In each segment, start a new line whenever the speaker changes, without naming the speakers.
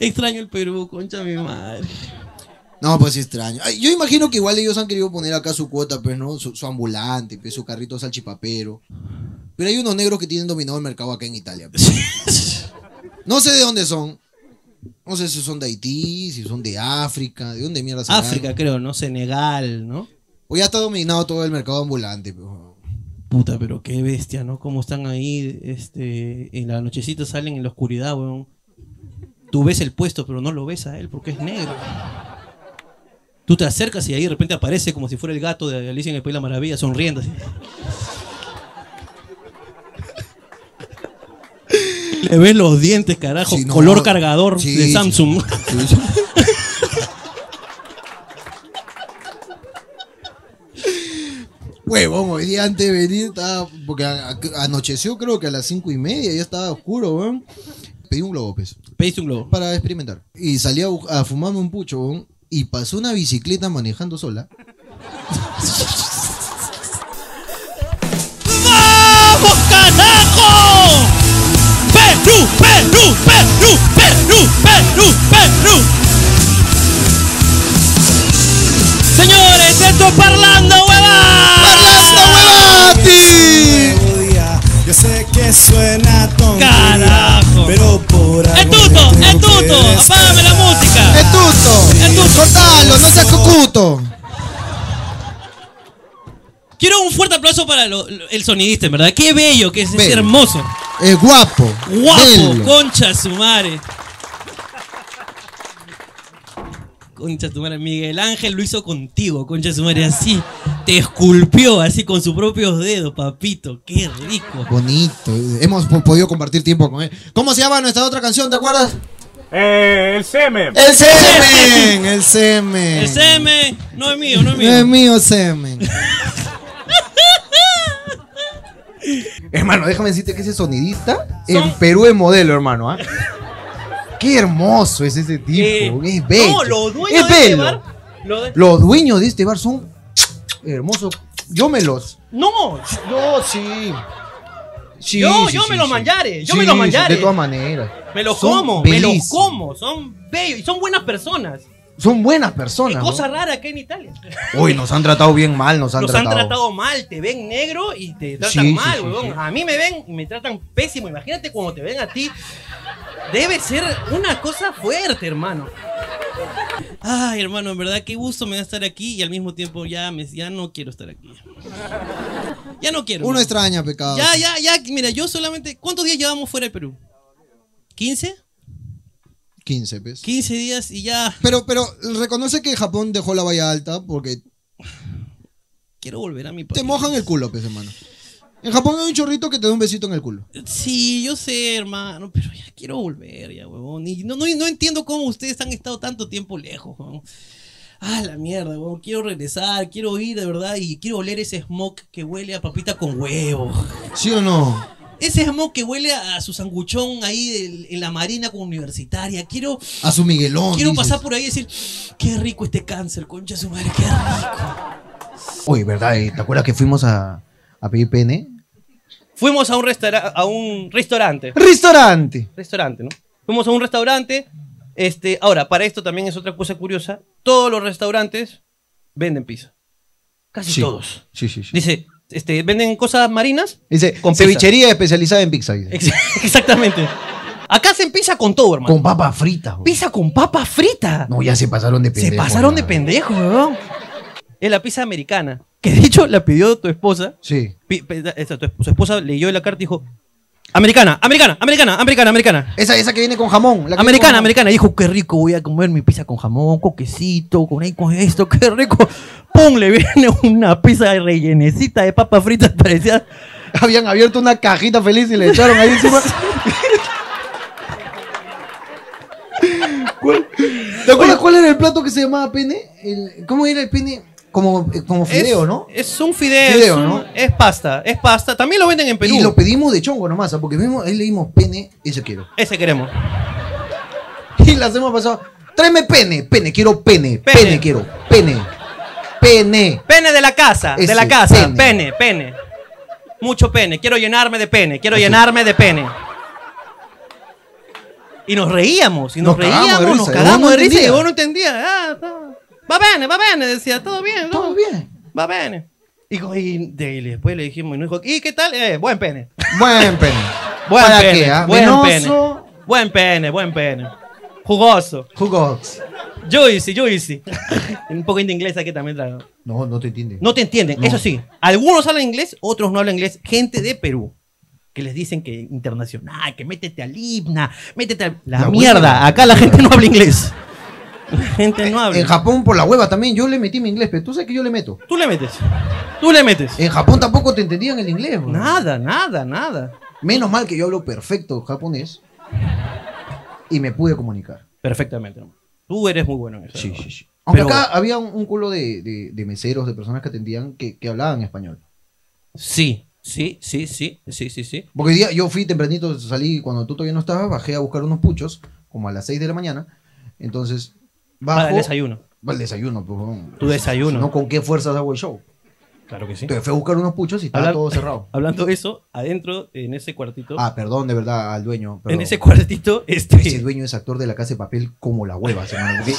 Extraño el Perú, concha mi madre.
No, pues sí, extraño. Ay, Yo imagino que igual ellos han querido poner acá su cuota, pues, ¿no? Su, su ambulante, pues, su carrito salchipapero. Pero hay unos negros que tienen dominado el mercado acá en Italia. pues. No sé de dónde son. No sé si son de Haití, si son de África, de dónde mierda serán.
Ah. África, creo, ¿no? Senegal, ¿no?
O ya está dominado todo el mercado ambulante. pues.
Puta, pero qué bestia, ¿no? Cómo están ahí, este, en la nochecita salen en la oscuridad, weón. Tú ves el puesto, pero no lo ves a él porque es negro. Tú te acercas y ahí de repente aparece como si fuera el gato de Alicia en el País de la Maravilla, sonriendo. así. Le ves los dientes, carajo,
Sí, no.
color cargador
Sí,
de
sí.
Samsung.
Sí. Huevón, hoy día antes de venir estaba. Porque a- a- anocheció, creo que a las cinco y media, ya estaba oscuro, weón. Pedí un globo, pues,
Pediste un globo.
para experimentar. Y salí a, bu- a fumarme un pucho, weón. Y pasó una bicicleta manejando sola.
¡Vamos, carajo! ¡Perú, Perú, Perú, Perú, Perú, Perú! Señores, esto es Parlando Hueva.
¡Parlando huevati!
melodía. Yo sé que suena tontería,
Carajo.
Pero por algo
¡Estuto,
me tengo que
estuto!
despertar.
¡Apágame la música!
¡Estuto!
Estuto.
¡Cortalo! ¡No seas cocuto!
Quiero un fuerte aplauso para lo- lo- el sonidista, en verdad. ¡Qué bello que es! es
Bello.
hermoso!
Es guapo.
¡Guapo!
bello.
¡Concha su madre! Concha su madre, Miguel Ángel lo hizo contigo, concha su madre, así. Te esculpió, así con sus propios dedos, papito. ¡Qué rico!
Bonito. Hemos po- podido compartir tiempo con él. ¿Cómo se llama nuestra otra canción? ¿Te acuerdas?
Eh, el semen.
El semen. El semen.
El CM no es mío, no es
No es
mío.
mío semen. hermano, déjame decirte que ese sonidista en Perú es modelo, hermano. ¿ah? Qué hermoso es ese tipo.
Eh,
es bello.
No, los dueños
es
de este
bello.
bar, lo de-
Los dueños de este bar son hermosos. Yo me los.
No,
No, sí. Sí,
Yo-
sí,
yo
sí,
me los
sí.
manjaré, yo
Sí,
me los
sí,
manjaré.
De todas maneras.
me los
Son
como, me los
bellísimos.
como. Son bellos y son buenas personas.
Son buenas
Qué
personas. ¿no?
cosa rara que en Italia.
Uy, nos han tratado bien mal, nos han
Nos
tratado.
han tratado mal, te ven negro y te tratan
Sí, sí,
mal,
sí,
huevón.
sí.
A mí me ven y me tratan pésimo. Imagínate cuando te ven a ti. Debe ser una cosa fuerte, hermano. Ay, hermano, en verdad, qué gusto me da estar aquí y al mismo tiempo ya, me, ya no quiero estar aquí. Ya no quiero.
Uno
hermano.
extraña pecado.
Ya, ya, ya. Mira, yo solamente. ¿Cuántos días llevamos fuera del Perú? ¿15?
15, pues.
15 días y ya
Pero, pero reconoce que Japón dejó la valla alta porque
quiero volver a mi país.
te mojan el culo, pues, hermano. En Japón hay un chorrito que te da un besito en el culo.
Sí, yo sé, hermano, pero ya quiero volver, ya, huevón. Y no, no, no entiendo cómo ustedes han estado tanto tiempo lejos, huevón. Ah, la mierda, huevón. Quiero regresar, quiero ir, de verdad, y quiero oler ese smoke que huele a papita con huevo.
¿Sí o no?
Ese smoke que huele a, a su sanguchón ahí del- en la marina con universitaria. Quiero,
A su Miguelón.
quiero
Oh, dices.
pasar por ahí y decir, qué rico este cáncer, concha de su madre, qué rico.
Uy, ¿verdad? ¿Y ¿Te acuerdas que fuimos a, a pedir pene?
Fuimos a un, restaura- a un restaurante.
¡Restaurante!
restaurante, ¿no? Fuimos a un restaurante. Este, ahora, para esto también es otra cosa curiosa. Todos los restaurantes venden pizza. Casi
Sí.
todos.
Sí, sí, sí.
Dice, este, venden cosas marinas.
Dice,
Con pizza.
cevichería especializada en pizza. dice.
Ex- Exactamente. Acá hacen pizza con todo, hermano.
Con papas fritas. güey.
Pizza con papa frita.
No, ya se pasaron de
Se
pendejo.
pasaron de
ya.
pendejo, weón. Es la pizza americana. Que de hecho la pidió tu esposa.
Sí.
Pi- pe- esa, tu esp- su esposa leyó la carta y dijo: Americana, americana, americana, americana, americana.
Esa, esa que viene con jamón. la que viene con
Americana,
jamón.
americana. Dijo, qué rico, voy a comer mi pizza con jamón, con quesito, con, ahí, con esto, qué rico. ¡Pum! Le viene una pizza de rellenecita de papas fritas, parecía...
Habían abierto una cajita feliz y le echaron ahí encima. ¿Cuál- ¿Te acuerdas cuál era el plato que se llamaba pene? El- ¿Cómo era el pene? Como, eh, como fideo,
es,
¿no?
Es un fideo,
Fideo,
es, un-
¿no?
es pasta, es pasta. También lo venden en Perú.
Y lo pedimos de chongo nomás, ¿ah? porque vimos, ahí le dimos pene, ese quiero.
Ese queremos.
Y la hemos pasado, tráeme pene, pene, quiero pene, pene,
Pene.
quiero, pene, pene.
Pene de la casa,
Ese,
de la casa.
pene.
Pene. pene, Mucho pene. Quiero llenarme de pene, quiero llenarme de pene. Y nos reíamos, y nos,
Nos cagamos de
reíamos, nos
risa, y
cagamos
vos
de
no
risa y
entendías.
vos no entendías. Ah, todo- va bene, va bene, decía, todo bien, todo bien. Va bene. Y, co- y de- y después le dijimos, y nos dijo, ¿y qué tal? Eh, buen pene.
Buen pene.
Buen
¿Para
pene,
qué? ah?
buen
Venoso,
pene. Buen pene, buen pene. Jugoso.
jugox.
Juicy, juicy. Un poquito de inglés aquí también trago.
No, no te entiende.
No te entienden, eso sí. Algunos hablan inglés, otros no hablan inglés. Gente de Perú que les dicen que internacional, que métete al himna, métete a la,
La
mierda.
hueva.
Acá la gente no habla inglés. La gente no habla.
En Japón por la hueva también. Yo le metí mi inglés, pero tú sabes que yo le meto.
Tú le metes. Tú le metes.
En Japón tampoco te entendían el inglés, bro.
Nada, nada, nada.
Menos mal que yo hablo perfecto japonés y me pude comunicar.
Perfectamente. hermano. Tú eres muy bueno en eso. hermano.
Aunque
Pero-
acá había un, un culo de, de- de meseros, de personas que atendían que, que hablaban español.
Sí, sí, sí, sí, sí, sí, sí.
Porque hoy día yo fui tempranito, salí cuando tú todavía no estabas, bajé a buscar unos puchos, como a las 6 de la mañana. Entonces, bajo.
Para el desayuno.
Va el desayuno, pues. weón.
Tu desayuno.
No con qué fuerzas hago el show.
Claro que sí.
Entonces fui a buscar unos puchos y estaba
Habla-
todo cerrado.
Hablando de eso, adentro, en ese cuartito,
Ah, perdón, de verdad, al dueño. perdón.
en ese cuartito,
Ese
este,
dueño es actor de la casa de papel como la hueva, hermano. Ve-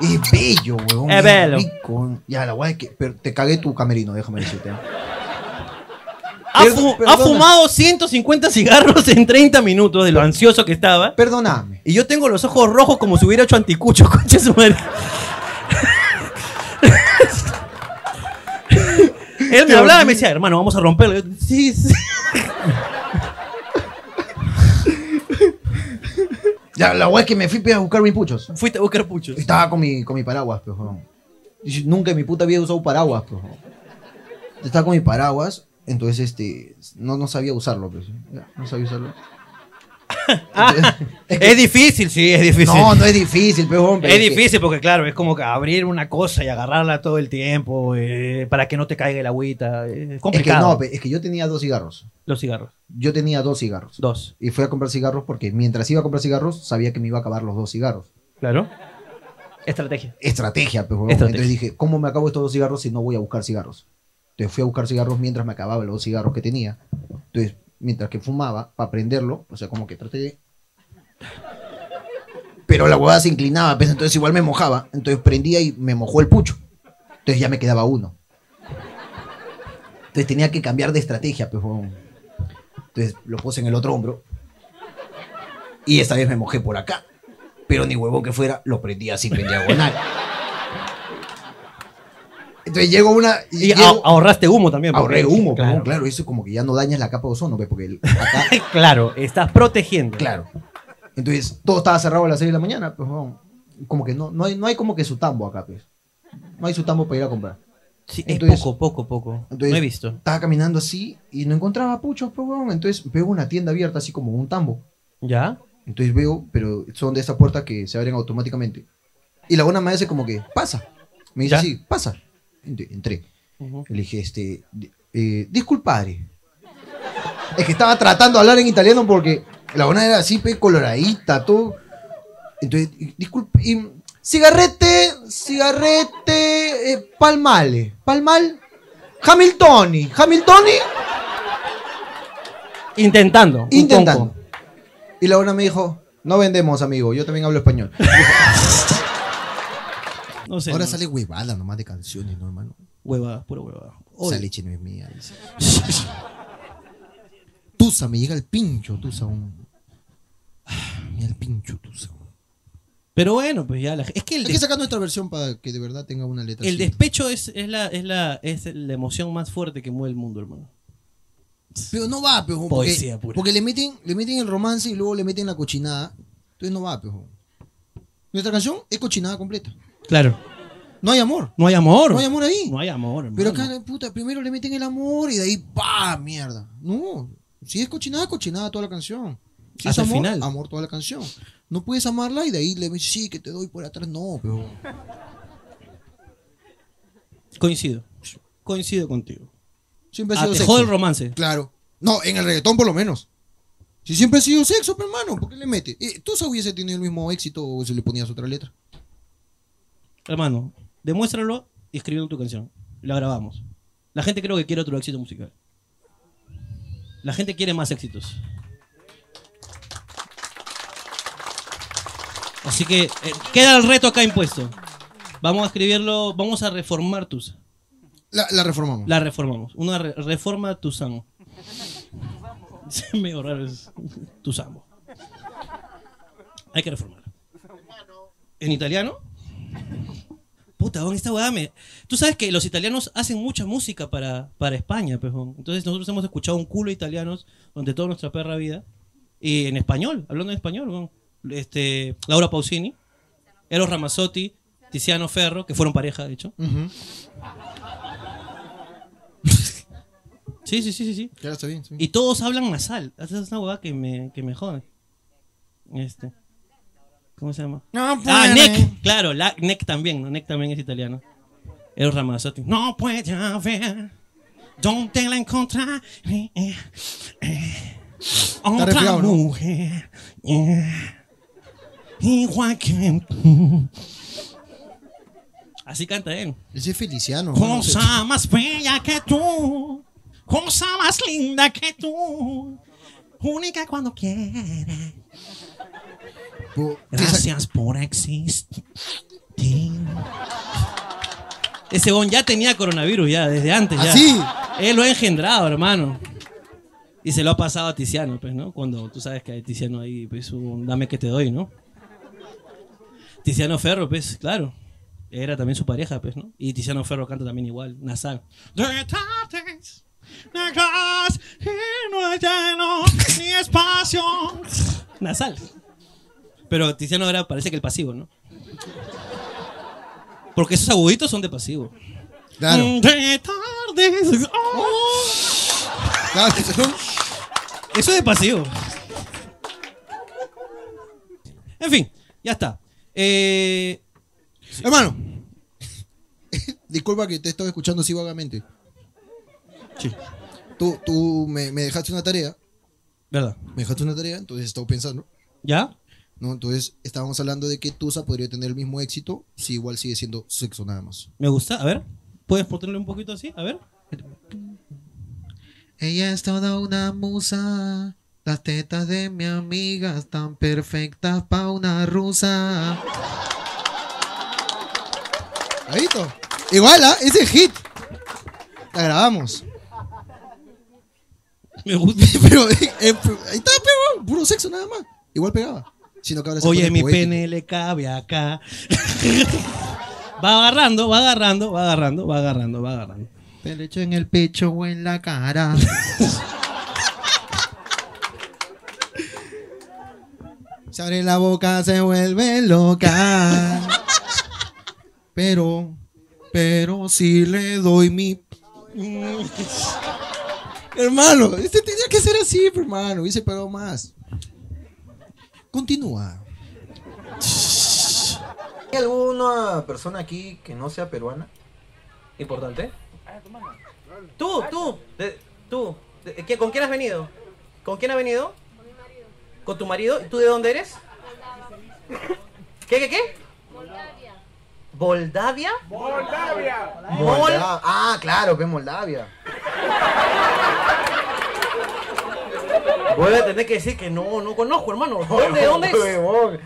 Es bello, huevón.
Es bello.
rico. Ya, la hueva es que. Pero te cagué tu camerino, déjame decirte. ¿ah?
Ha,
Perdón,
fu- ha
perdona.
fumado 150 cigarros en 30 minutos de lo ansioso que estaba.
Perdóname.
Y yo tengo los ojos rojos como si hubiera hecho anticucho, concha su madre. Él me hablaba y me decía, hermano, vamos a romperlo. Yo, sí, sí.
Ya, la hueva es que me fui pe, a buscar mis puchos.
Fuiste a buscar puchos.
Estaba con mi, con mi paraguas, pues, huevón. Y yo Nunca en mi puta había usado paraguas, pues, huevón. Estaba con mi paraguas, entonces, este. No, no sabía usarlo, pues. Ya, no sabía usarlo.
Es difícil, sí, es Ah, difícil.
No, no es difícil, pues, huevón, pero
es
que-
difícil porque, claro, es como que abrir una cosa y agarrarla todo el tiempo eh, para que no te caiga el agüita. Es
Es que
complicado.
no, pe, es que yo tenía dos cigarros.
Los cigarros.
Yo tenía dos cigarros.
Dos.
Y fui a comprar cigarros porque mientras iba a comprar cigarros sabía que me iba a acabar los dos cigarros.
Claro. Estrategia.
Estrategia, pues, huevón.
Estrategia.
Entonces dije, ¿cómo me acabo estos dos cigarros si no voy a buscar cigarros? Entonces fui a buscar cigarros mientras me acababa los dos cigarros que tenía. Entonces, mientras que fumaba, para prenderlo, o sea, como que traté de... Pero la huevada se inclinaba, pues, entonces igual me mojaba. Entonces prendía y me mojó el pucho. Entonces ya me quedaba uno. Entonces tenía que cambiar de estrategia, pues, huevón. Entonces lo puse en el otro hombro. Y esta vez me mojé por acá. Pero ni huevón que fuera, lo prendí así pues, en diagonal. Entonces llego a una.
Y a-
llego-
ahorraste humo también. porque-
ahorré humo,
Claro.
claro. claro. Eso como que ya no dañas la capa de ozono, ¿ves? Porque el- acá,
Claro, estás protegiendo.
claro. Entonces todo estaba cerrado a las 6 de la mañana, pues, huevón. Como que no, no, hay, no hay como que su tambo acá, pues. No hay su tambo para ir a comprar.
Sí, es
Entonces-
poco, poco, poco.
Entonces,
no he visto.
Estaba caminando así y no encontraba puchos, pues, huevón. Entonces veo una tienda abierta, así como un tambo.
¿Ya?
Entonces veo, pero son de esas puertas que se abren automáticamente. Y la buena me hace como que, pasa. Me dice,
¿Ya?
sí, pasa. Ent- Entré. Le dije, este, di- eh, disculpare. Es que estaba tratando de hablar en italiano porque la buena era así, pe, coloradita, todo. Entonces, y- disculpe, y, cigarrete, cigarrete, eh, palmale, palmal, Hamiltoni, Hamiltoni,
Intentando. un
intentando.
poco.
Y la buena me dijo, no vendemos, amigo, yo también hablo español.
No sé.
Ahora
no.
sale huevada nomás de canciones, ¿no, hermano?
Hueva, pura hueva.
Esa leche no es mía. dice. Tusa, me llega el pincho, Tusa. un- Ah, Me llega el pincho, Tusa.
Pero bueno, pues ya la Es que el,
Hay
des-
que sacar nuestra versión para que de verdad tenga una letra.
el
así.
despecho es, es, la, es, la, es la emoción más fuerte que mueve el mundo, hermano.
Pero no va, pejo.
Poesía
Porque,
pura.
porque le, meten, le meten el romance y luego le meten la cochinada. Entonces no va, pejo. Nuestra canción es cochinada completa.
Claro.
No hay amor.
No hay amor.
No hay amor ahí.
No hay amor, hermano.
Pero acá, puta, primero le meten el amor y de ahí, pa, mierda. No, si es cochinada, cochinada toda la canción. Si
Hasta
es
el
amor,
final.
amor toda la canción. No puedes amarla y de ahí le dices, sí, que te doy por atrás. No, pero
Coincido. Coincido contigo.
siempre ha
Ah,
sido
te
sexo.
jode el romance.
Claro. No, en el reggaetón por lo menos. Si siempre ha sido sexo, pero hermano, ¿por qué le mete? Eh, ¿Tú se hubiese tenido el mismo éxito o si le ponías otra letra?
Hermano, demuéstralo escribiendo tu canción. La grabamos. La gente creo que quiere otro éxito musical. La gente quiere más éxitos. Así que eh, queda el reto acá impuesto. Vamos a escribirlo, vamos a reformar Tusa.
La, la reformamos.
La reformamos. Una re- reforma Tusamo. Se me raro es Tusamo. Hay que reformarla. ¿En italiano? Puta, weón, esta weá me... Tú sabes que los italianos hacen mucha música para, para España, pejón. Entonces nosotros hemos escuchado un culo de italianos durante toda nuestra perra vida. Y en español, hablando en español, weón. Este, Laura Pausini, Eros Ramazzotti, Tiziano Ferro, que fueron pareja, de hecho.
Ujú.
Sí, sí, sí, sí, sí.
Claro, está bien. está bien.
Y todos hablan nasal. Esa es una huevada que me, que me jode. Este. ¿Cómo se llama?
No
Ah,
puede.
Nick. Claro, la, Nick también. ¿no? Nick también es italiano. Eros Ramazzotti. No puede haber. ¿Dónde la encontraré? Eh, eh, Otra
resfriado, ¿no?
mujer. eh, Igual que tú. Así canta él.
Ese es Feliciano. ¿no? No sé.
Cosa más bella que tú, cosa más linda que tú, única cuando quieres.
Po- que sa-
Gracias por existir. Ese bon ya tenía coronavirus ya, desde antes ya.
¿Ah, sí?
Él lo ha engendrado, hermano. Y se lo ha pasado a Tiziano, pues, ¿no? Cuando tú sabes que hay Tiziano ahí, pues, un dame que te doy, ¿no? Tiziano Ferro, pues, claro. Era también su pareja, pues, ¿no? Y Tiziano Ferro canta también igual, nasal. De tardes, de gas, y no hay lleno, ni espacio. Nasal. Pero Tiziano era, parece que el pasivo, ¿no? Porque esos aguditos son de pasivo.
Claro.
De tardes. oh.
claro, ¿no?
Eso es de pasivo. En fin, ya está. Eh,
Hermano. Disculpa que te estaba escuchando así vagamente.
sí,
Tú, tú me, me dejaste una tarea.
verdad.
Me dejaste una tarea, entonces estaba pensando.
¿Ya?
¿no? Entonces estábamos hablando de que Tusa podría tener el mismo éxito si igual sigue siendo sexo nada más.
Me gusta. A ver, ¿puedes ponerle un poquito así? A ver.
Ella es toda una musa. Las tetas de mi amiga están perfectas pa' una rusa. Ahíto. Igual, ¿ah? Ese hit. La grabamos.
Me gusta.
Pero eh, eh, ahí está, pero puro sexo nada más. Igual pegaba. Sino que ahora se
Oye,
pone
mi
poético.
pene le cabe acá. va agarrando, va agarrando, va agarrando, va agarrando, va agarrando.
Te le echo en el pecho o en la cara. Se abre la boca, se vuelve loca. Pero, pero si le doy mi. hermano, este tenía que ser así, pues, hermano. Hubiese pagado más. Continúa.
¿Hay alguna persona aquí que no sea peruana? Importante. Tú, tú, de- tú. de- ¿qué- ¿Con quién has venido? ¿Con quién has venido? Con tu marido. ¿Y tú de dónde eres? ¿Qué, qué, qué? Moldavia. ¿Moldavia? Moldavia.
Ah, claro, que Moldavia.
Voy a tener que decir que no, no conozco, hermano. ¿Dónde, dónde es?
Huevón.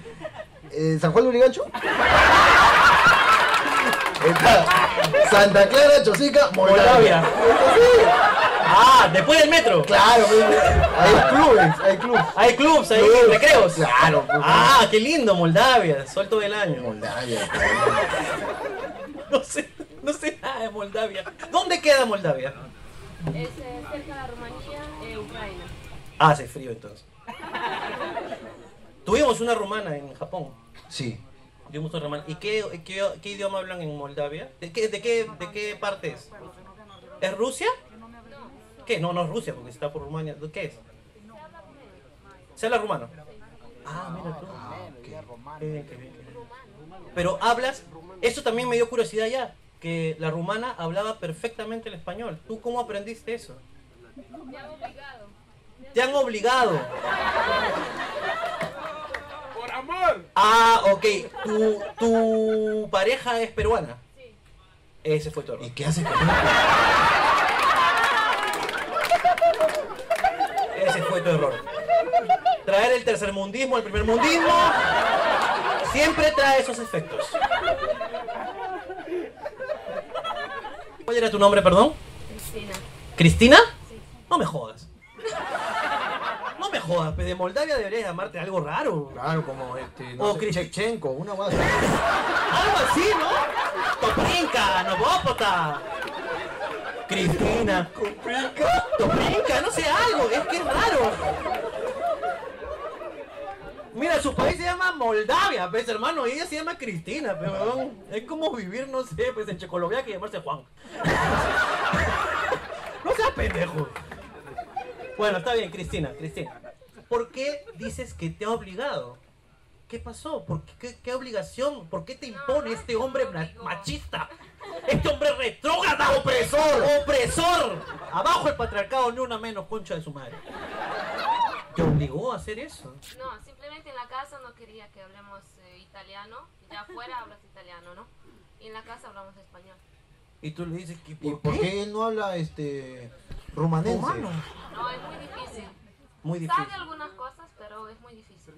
Eh, ¿San Juan de Urigancho? Está. Santa Clara, Chosica, Moldavia.
Moldavia. Ah, después del metro.
Claro, pues, hay clubes, hay clubes.
Hay clubs, hay
Clubs,
recreos.
claro, pues.
Ah, qué lindo, Moldavia. Sol todo el año.
Moldavia.
No sé, no sé nada de Moldavia. ¿Dónde queda Moldavia?
Es eh, cerca de Rumanía e Ucrania.
Ah, hace frío entonces. Tuvimos una rumana en Japón.
Sí.
Tuvimos una rumana. ¿Y qué, qué, qué idioma hablan en Moldavia? ¿De qué, de qué, de qué parte es? ¿Es Rusia? ¿Qué? No, no es Rusia porque está por Rumania. ¿Qué es? Se habla rumano. Ah, mira tú. Qué bien, qué bien, qué bien. Pero hablas, eso también me dio curiosidad ya, que la rumana hablaba perfectamente el español. ¿Tú cómo aprendiste eso? Te han obligado. Por amor. Ah, ok. Tu, tu pareja es peruana. Sí. Ese fue tu error.
¿Y qué haces con
Ese fue tu error. Traer el tercermundismo al primermundismo. Siempre trae esos efectos. ¿Cuál era tu nombre, perdón?
Cristina.
¿Cristina? No me jodas. No me jodas, pe, de Moldavia deberías llamarte algo raro.
Claro, como este. No
O
sé,
Chris-
Chechenko, una guada.
Algo así, ¿no? Toprinka, Novópota. Cristina. ¿Toprinka? Toprinka, no sé, algo. Es que es raro. Mira, su país se llama Moldavia, pues, hermano, y ella se llama Cristina, pues, weón. Es como vivir, no sé, pues, en Checoslovaquia que llamarse Juan. no seas pendejo. Bueno, está bien, Cristina, Cristina. ¿Por qué dices que te ha obligado? ¿Qué pasó? ¿Por qué, qué, qué obligación? ¿Por qué te impone este hombre ma- machista? Este hombre retrógrada, opresor, opresor. Abajo el patriarcado, ni una menos, concha de su madre. ¿Te obligó a hacer eso?
No, simplemente en la casa no quería que hablemos eh, italiano. Ya afuera hablas italiano, ¿no? Y en la casa hablamos español.
Y tú le dices que
¿Y
por
por
qué?
qué él no habla este. rumanense?
Humano.
No, es muy difícil.
Muy difícil.
Sabe algunas cosas, pero es muy difícil.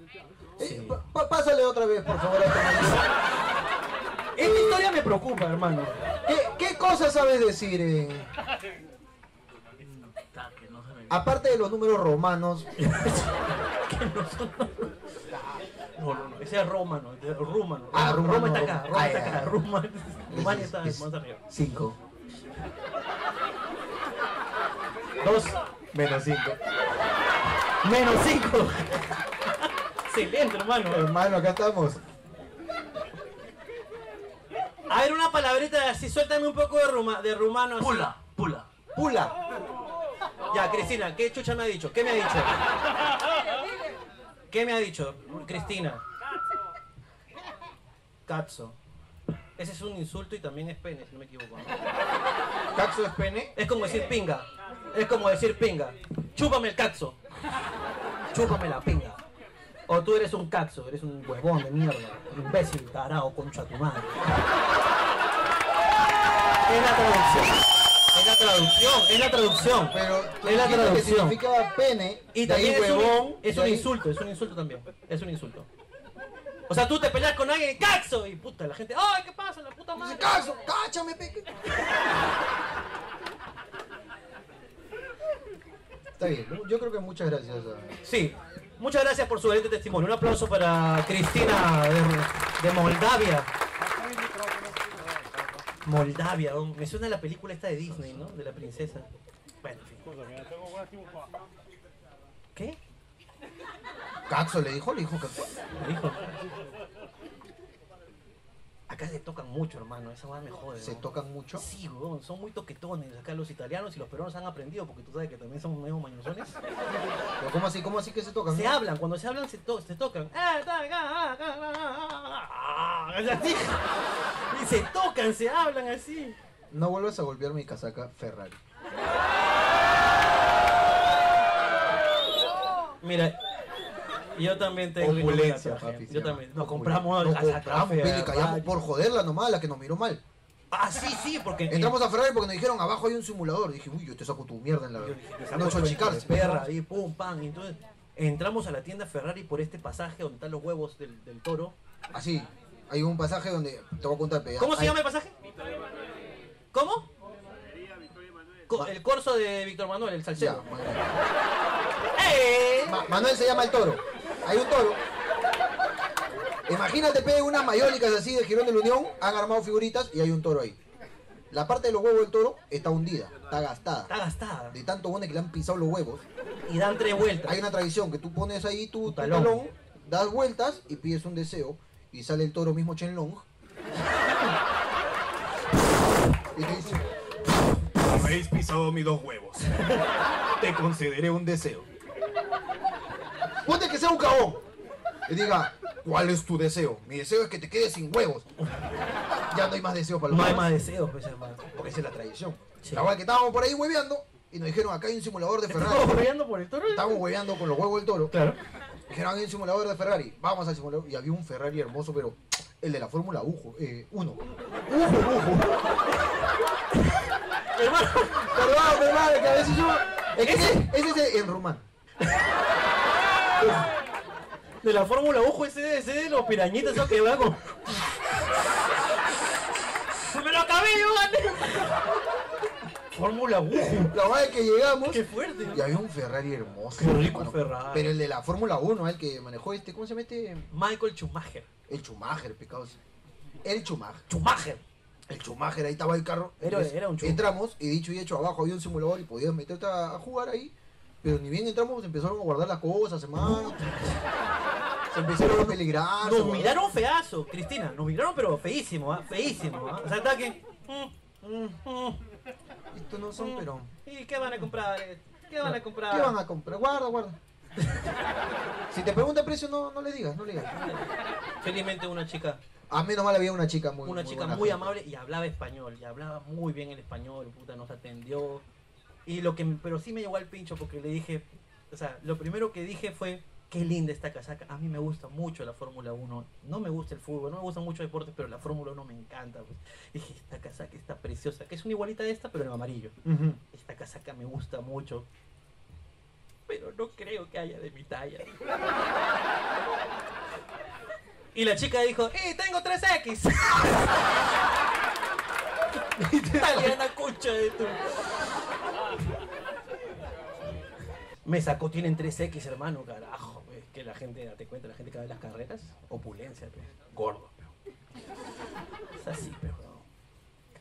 Eh, pa- pa- pásale otra vez, por favor, a esta manera.
Esta historia me preocupa, hermano.
¿Qué, ¿Qué cosas sabes decir eh? en.? Aparte de los números romanos,
No, no, no, ese es romano, de- rumano.
Ah,
Roma
rumano,
está acá,
Roma. Ah,
Roma está
ya,
acá,
ya.
Roma. Rumania
es-
está
es-
más arriba.
5.
2
Menos 5.
menos 5. Excelente, hermano.
Hermano, acá estamos.
A ver, una palabrita así, suéltame un poco de, ruma, de rumano. así.
pula.
Pula.
Ya, Cristina, ¿qué chucha me ha dicho? ¿Qué me ha dicho? ¿Qué me ha dicho, Cristina? Cazzo. Ese es un insulto y también es pene, si no me equivoco.
¿Caxo es pene?
Es como decir pinga. Es como decir pinga. Chúpame el caxo. Chúpame la pinga. O tú eres un caxo, eres un huevón de mierda. Imbécil, tarao, concha tu madre. Es la traducción. Es la traducción, es la traducción.
Pero tú
es la
dijiste que
traducción.
significa pene.
Y
de ahí
también es,
huevón,
un, es
de
un
ahí-
insulto, es un insulto también. Es un insulto. O sea, tú te peleas con alguien, caxo, y puta, la gente, ¡ay, qué pasa, la puta madre!
Dice, Caxo, cáchame, peque. Está bien, yo creo que muchas gracias. a-
Sí, muchas gracias por su valiente testimonio. Un aplauso para Cristina de, de Moldavia. Moldavia, don. me suena la película esta de Disney, ¿no? De la princesa. Bueno, en fin. ¿Qué?
Caxo le dijo, le dijo Caxo.
Me dijo. Acá se tocan mucho, hermano. Esa weá me jode.
Se
¿no?
tocan mucho.
Sí, weón, son muy toquetones. Acá los italianos y los peruanos han aprendido porque tú sabes que también son medio mañosones.
Pero ¿Cómo así? ¿Cómo así que se tocan?
Se hablan, cuando se hablan se, to- se tocan. Ah, ta, ga, ga, ga, ga. Es ah, así. Y se tocan, se hablan así.
No vuelvas a golpear mi casaca Ferrari.
Mira, yo también tengo
Opulencia,
casaca,
papi. se
Yo
llama.
también. Nos
Opulencia.
compramos
Nos
casaca
compramos,
fea,
pele, callamos
vaya.
por joderla nomás, la que nos miró mal.
Ah, sí, sí, porque
Entramos a Ferrari porque nos dijeron abajo hay un simulador. dije, uy, yo te saco tu mierda en la.
Yo dije,
No
"Sacos
chochicarse.
de Perra, ahí, pum, pam. Y entonces entramos a la tienda Ferrari por este pasaje donde están los huevos del, del toro.
Así. Hay un pasaje donde te voy a contar pe,
¿Cómo se
hay-
llama el pasaje? ¿Cómo? Co- El corso de Víctor Manuel, el
Ya,
salsero.
bueno.
¡Eh!
Ma- Manuel se llama el toro. Hay un toro. Imagínate, pe, unas mayólicas así de Girón de la Unión, han armado figuritas y hay un toro ahí. La parte de los huevos del toro está hundida, está
Está
gastada.
gastada.
De tanto bueno que le han pisado los huevos.
Y dan tres
Hay
vueltas.
una tradición que tú pones ahí tu, tu
talón.
talón. das vueltas y pides un deseo y sale el toro mismo Chen Long. y te dice,
Habéis pisado mis dos huevos. Te concederé un deseo.
Ponte que sea un cagón. Y diga, ¿cuál es tu deseo? Mi deseo es que te quedes sin huevos. Ya no hay más deseos para los
No hay
demás,
más deseos, pues hermano.
Porque esa es la tradición.
Sí.
La verdad que estábamos por ahí hueveando y nos dijeron, acá hay un simulador de
Estamos
Ferrari.
peleando por el toro.
Estábamos hueveando con los huevos del toro.
Claro.
Dijeron, hay un simulador de Ferrari. Vamos al simulador. Y había un Ferrari hermoso, pero el de la Fórmula Ujo, eh, 1. Ujo, Ujo.
Hermano,
Perdón, perdón, que a veces yo... Es que ese, ese es el- en rumano.
De la Fórmula Ojo, ese, ese de los pirañitas, esos que van con. ¡Se me lo acabé, yo gané! Fórmula Ojo,
La verdad es que llegamos
qué fuerte.
y había un Ferrari hermoso.
Qué rico
hermano.
Ferrari.
Pero el de la Fórmula 1, el que manejó este, ¿cómo se mete?
Michael Schumacher.
El Schumacher, picados. El Schumacher.
Schumacher.
El Schumacher, ahí estaba el carro.
Era-
Entonces,
era un Schumacher.
Entramos y dicho y hecho, abajo había un simulador y podías meterte a a jugar ahí. Pero ni bien entramos, empezaron a guardar las cosas, hermano. Se empezaron a peligrar. se
Nos
guardaron-
miraron feazo, Cristina. Nos miraron, pero feísimo, ¿ah? Feísimo, ¿ah? O sea, está que. mm, mm, mm,
Estos no son,
mm.
pero.
¿Y qué van a comprar? eh? ¿Qué van a comprar?
¿Qué van a comprar? Guarda, guarda. Si te pregunta precio, no, no le digas, no le digas.
Felizmente una chica,
A menos mal había una chica muy
una chica
buena
muy
gente.
amable y hablaba español, y hablaba muy bien el español, puta, nos atendió. Y lo que pero sí me llegó al pincho porque le dije, o sea, lo primero que dije fue, qué linda esta casaca. A mí me gusta mucho la Fórmula 1. No me gusta el fútbol, no me gustan muchos deportes, pero la Fórmula 1 me encanta. pues. Dije, esta casaca está preciosa, que es una igualita de esta, pero en amarillo.
Ujú.
Esta casaca me gusta mucho. Pero no creo que haya de mi talla. Y la chica dijo, ¡y tengo 3X! Italiana concha de tu. Me sacó, tienen 3X, hermano, carajo. pues, que la gente, date cuenta, la gente que va a las carreras, opulencia, pues, gordo. pues. Es así, pero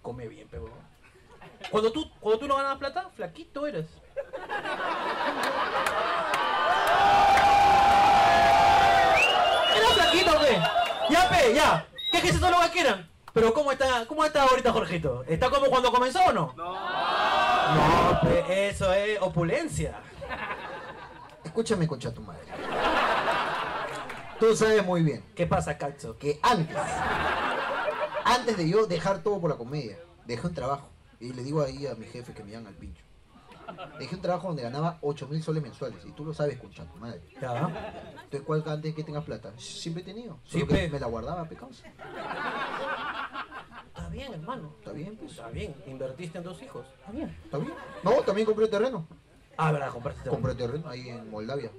come bien, pero cuando tú, cuando tú no ganabas plata, flaquito eres. ¿Eras flaquito o qué? Ya, pe, ya. ¿Qué que eso lo que quieran? Pero ¿cómo está, ¿cómo está ahorita Jorgito? ¿Está como cuando comenzó o no? No. No, pe, eso es opulencia.
Escúchame, concha tu madre. Tú sabes muy bien
¿Qué pasa, Cacho?
que antes, antes de yo dejar todo por la comedia, dejé un trabajo. Y le digo ahí a mi jefe que me iban al pincho. Dejé un trabajo donde ganaba 8 mil soles mensuales. Y tú lo sabes, concha tu madre.
Ya.
Entonces, ¿cuál antes que tengas plata? Siempre he tenido.
Sí,
Solo que
pe.
me la guardaba, pecados.
Está bien, hermano.
Está bien, pues.
Está bien. Invertiste en dos hijos. Está bien.
Está bien. No, también compré terreno.
Ah, verdad, compraste.
Compré terreno ahí en Moldavia.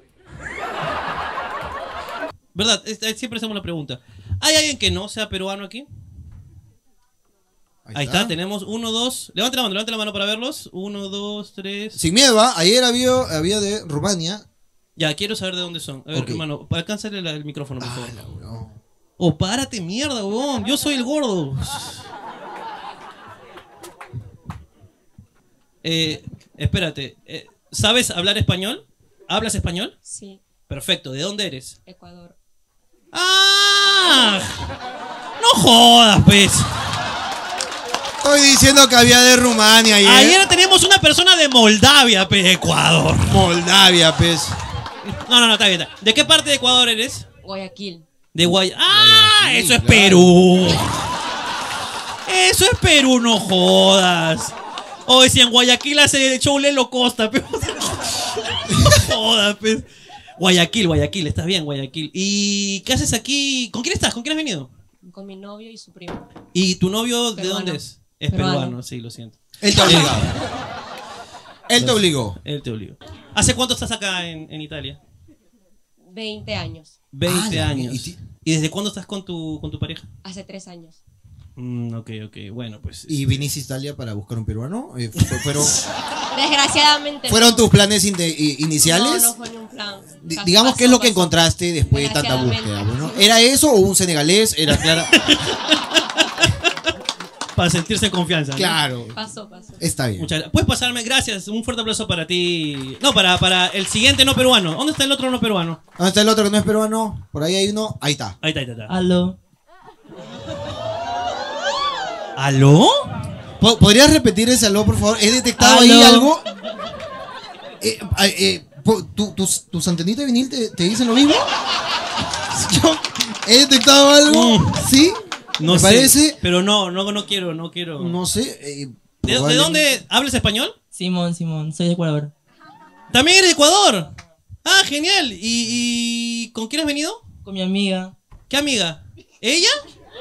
¿Verdad? Es- es- siempre hacemos la pregunta. ¿Hay alguien que no sea peruano aquí? Ahí, está. tenemos uno, dos. Levante la mano, levante la mano para verlos. Uno, dos, tres.
Sin miedo, ¿ah? ayer había, había de Rumania.
Ya, quiero saber de dónde son. A ver,
Ok. Ah,
hermano, alcánzale Ah, la- el micrófono, por favor.
No.
Oh, párate, mierda, huevón. Yo soy el gordo. Eh, espérate. eh, ¿Sabes hablar español? ¿Hablas español?
Sí,
Perfecto. ¿De dónde eres?
Ecuador.
¡Ah! No jodas, pues.
Estoy diciendo que había de Rumania ayer.
Ayer tenemos una persona de Moldavia, pues, Ecuador.
Moldavia, pues.
No, no, no, está bien. está bien. ¿De qué parte de Ecuador eres?
Guayaquil.
De Guay. ¡Ah!
Guayaquil,
eso es
claro.
Perú. Eso es Perú, no jodas. Hoy si en Guayaquil hace el show Lelo Costa, pero. no jodas, pues. Guayaquil, Guayaquil, estás bien, Guayaquil. ¿Y qué haces aquí? ¿Con quién estás? ¿Con quién has venido?
Con mi novio y su primo.
¿Y tu novio de
Peruano.
dónde es? Es peruano,
Peruano.
sí, lo siento.
Él te obligó. Él te obligó.
Él te obligó. ¿Hace cuánto estás acá en, en Italia?
20 años.
20
Ah, la
años.
mierda. ¿Y ti-
¿Y desde cuándo estás con tu, con tu pareja?
Hace 3 años.
Mm, ok, ok. Bueno, pues.
¿Y viniste a Italia para buscar un peruano? Eh, fu- fu- fueron,
Desgraciadamente.
¿Fueron
no.
tus planes inte- i- iniciales?
No, no fue ni un plan.
Di-
Pas-
Digamos, ¿qué es
pasó,
lo que
pasó.
encontraste después de tanta búsqueda?
Desgraciadamente.
bueno? ¿Era eso o un senegalés? Era clara-
Para sentirse en confianza. ¿no?
claro.
Pasó, pasó.
Está bien.
Muchas gracias. Puedes pasarme, gracias. Un fuerte aplauso para ti. No, para, para el siguiente no peruano. ¿Dónde está el otro no peruano?
¿Dónde está el otro que no es peruano? Por ahí hay uno. Ahí está.
Ahí está, ahí está. ahí está.
Aló.
Ah, ¿Aló?
Po- ¿Podrías repetir ese aló, por favor? ¿He detectado ahí
Aló.
algo? Eh, ah, eh, po- tu- tus, ¿Tus antenitas de vinil te, te dicen lo mismo? Yo- ¿He detectado algo?
Mm.
¿Sí?
No
¿Me
sé.
parece?
Pero no, no, no quiero, no quiero.
No sé. eh,
¿De, de dónde hablas español?
Simón, Simón, soy de Ecuador.
También eres de Ecuador. Ah, genial. ¿Y, y con quién has venido?
Con mi amiga.
¿Qué amiga? ¿Ella?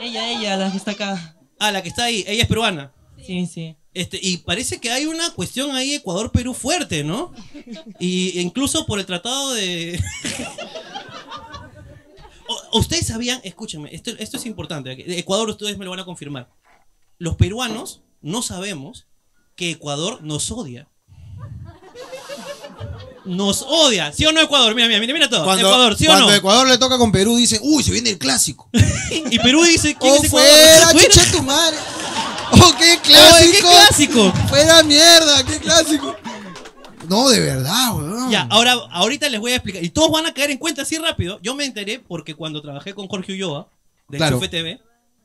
Ella, ella, la que está acá.
Ah, la que está ahí. Ella es peruana.
Sí, sí.
Este, y parece que hay una cuestión ahí Ecuador-Perú fuerte, ¿no? Y incluso por el tratado de... Ustedes sabían, escúchenme, esto, esto es importante. de Ecuador, ustedes me lo van a confirmar. Los peruanos no sabemos que Ecuador nos odia. Nos odia, ¿sí o no Ecuador? Mira, mira, mira, mira todo.
Cuando,
Ecuador, ¿sí o
cuando
no?
Ecuador le toca con Perú, dice, uy, se viene el clásico.
Y Perú dice, ¿quién
¡Oh,
es Ecuador?
fuera,
¿Fuera?
chucha tu madre! ¡Oh, qué clásico!
qué clásico!
¡Fuera mierda, qué clásico! No, de verdad, weón.
Ya, ahora, ahorita les voy a explicar. Y todos van a caer en cuenta así rápido. Yo me enteré porque cuando trabajé con Jorge Ulloa, de
Claro.
Enchufe TV,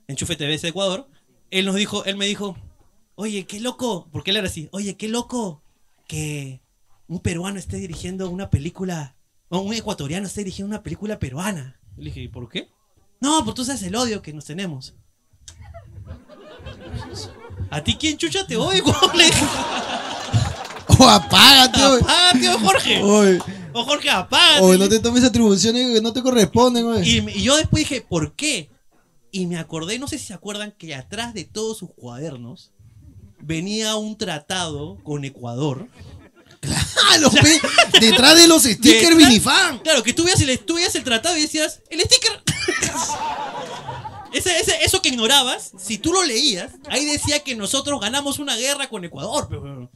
Enchufe TV es de Ecuador, él nos dijo, él me dijo, oye, qué loco, porque él era así, oye, qué loco que un peruano esté dirigiendo una película, o un ecuatoriano esté dirigiendo una película peruana. Le dije, ¿y por qué? No, porque tú sabes el odio que nos tenemos. ¿A ti quién chucha te odia? huevón? Le dije,
¡Oh, apágate, weón!
Ah, tío Jorge.
Oye,
O Jorge, apágate.
oye, Oh. no te tomes atribuciones que no te corresponden, weón.
Y, y yo después dije, ¿por qué? Y me acordé, no sé si se acuerdan, que atrás de todos sus cuadernos venía un tratado con Ecuador.
¡Ah, los pe... Detrás de los
Detrás-
stickers Vinifan.
Claro, que tú veías el, tú veías el tratado y decías, ¡el sticker! Ese- ese- eso que ignorabas, si tú lo leías, ahí decía que nosotros ganamos una guerra con Ecuador. pe, weón.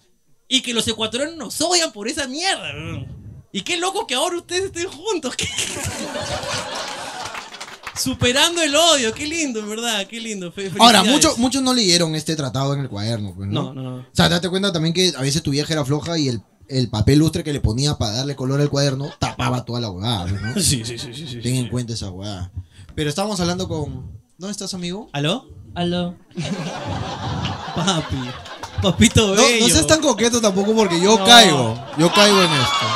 Y que los ecuatorianos nos odian por esa mierda. weón. Y qué loco que ahora ustedes estén juntos. qué- Superando el odio, qué lindo, en verdad, qué lindo. fe-
Ahora,
felicidades.
muchos muchos no leyeron este tratado en el cuaderno, pues, ¿no?
No, no, no.
O sea, date cuenta también que a veces tu vieja era floja y el, el papel lustre que le ponía para darle color al cuaderno tapaba toda la huevada, pues, ¿no?
Sí, sí, sí, sí. sí,
Ten
sí.
en cuenta esa huevada. Pero estábamos hablando con... ¿Dónde estás, amigo?
¿Aló?
Aló.
Papi. Papito
No,
bello.
no seas tan coqueto tampoco porque yo
No.
caigo. Yo caigo en esto.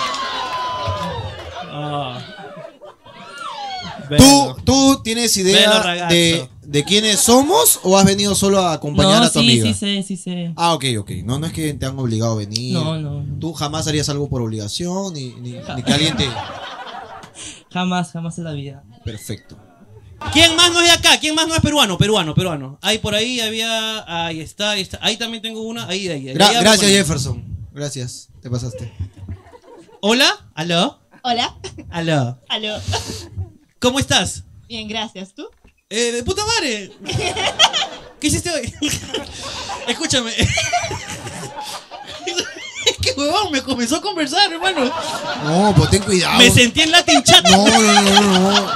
Bello.
¿Tú, tú tienes
Velo,
idea
ragazzo.
de, de quiénes somos o has venido solo a acompañar
no,
a tu
sí,
amiga?
sí sé, sí sé.
Ah, ok, ok. No, no es que te han obligado a venir.
No, no. no.
Tú jamás harías algo por obligación, ni, ni- ni que alguien te...
Jamás, jamás en la vida.
Perfecto.
¿Quién más no es de acá? ¿Quién más no es peruano? Peruano, peruano. Ahí por ahí había. Ahí está, ahí está. Ahí también tengo una. Ahí, ahí. ahí.
Gra-
Ahí hablo
gracias,
con-
Jefferson. Gracias. Te pasaste.
Hola, aló,
Hola.
aló.
Aló.
¿Cómo estás?
Bien, gracias. ¿Tú?
Eh, de puta madre. ¿Qué hiciste hoy? Escúchame. Qué huevón, me comenzó a conversar, hermano.
No, pues ten cuidado.
Me sentí en Latin Chat.
No, no, no, no, no.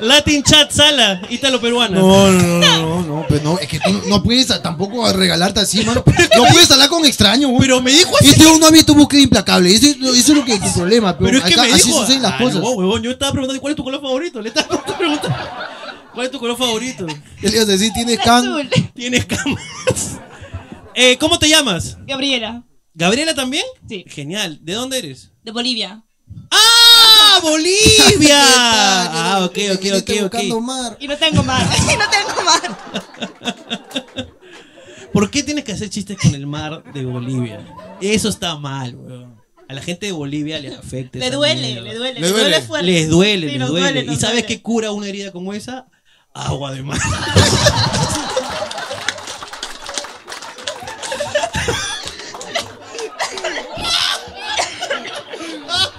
Latin Chat Sala, ítalo peruana.
No, no, no, no, no, pues no, es que tú no- no puedes tampoco regalarte así, mano. No puedes hablar con extraños, güey.
Pero me dijo así.
Este uno ha visto búsqueda implacable, eso, es- eso es lo que es tu problema, pero,
Pero es que
acá
me
así
dijo.
suceden las
"Ah,
cosas.
no, huevón, yo estaba preguntando cuál es tu color favorito. Le estaba preguntando. ¿Cuál es tu color favorito?
Él iba a decir, tienes can.
Azul.
Tienes camas. Eh, ¿Cómo te llamas?
Gabriela,
¿Gabriela también?
Sí.
Genial. ¿De dónde eres?
de Bolivia.
¡Ah! ¡Bolivia! ah, ok, ok,
Mira,
ok,
está buscando
ok.
mar.
Y no tengo mar. Y no tengo mar.
¿Por qué tienes que hacer chistes con el mar de Bolivia? Eso está mal, weón. A la gente de Bolivia le afecta.
Le
esa
duele,
mierda.
le duele,
Le
le duele
duele.
fuerte.
Les duele,
Sí,
les
nos
duele.
duele,
¿Y
nos
sabes
duele.
qué cura una herida como esa? Agua de mar.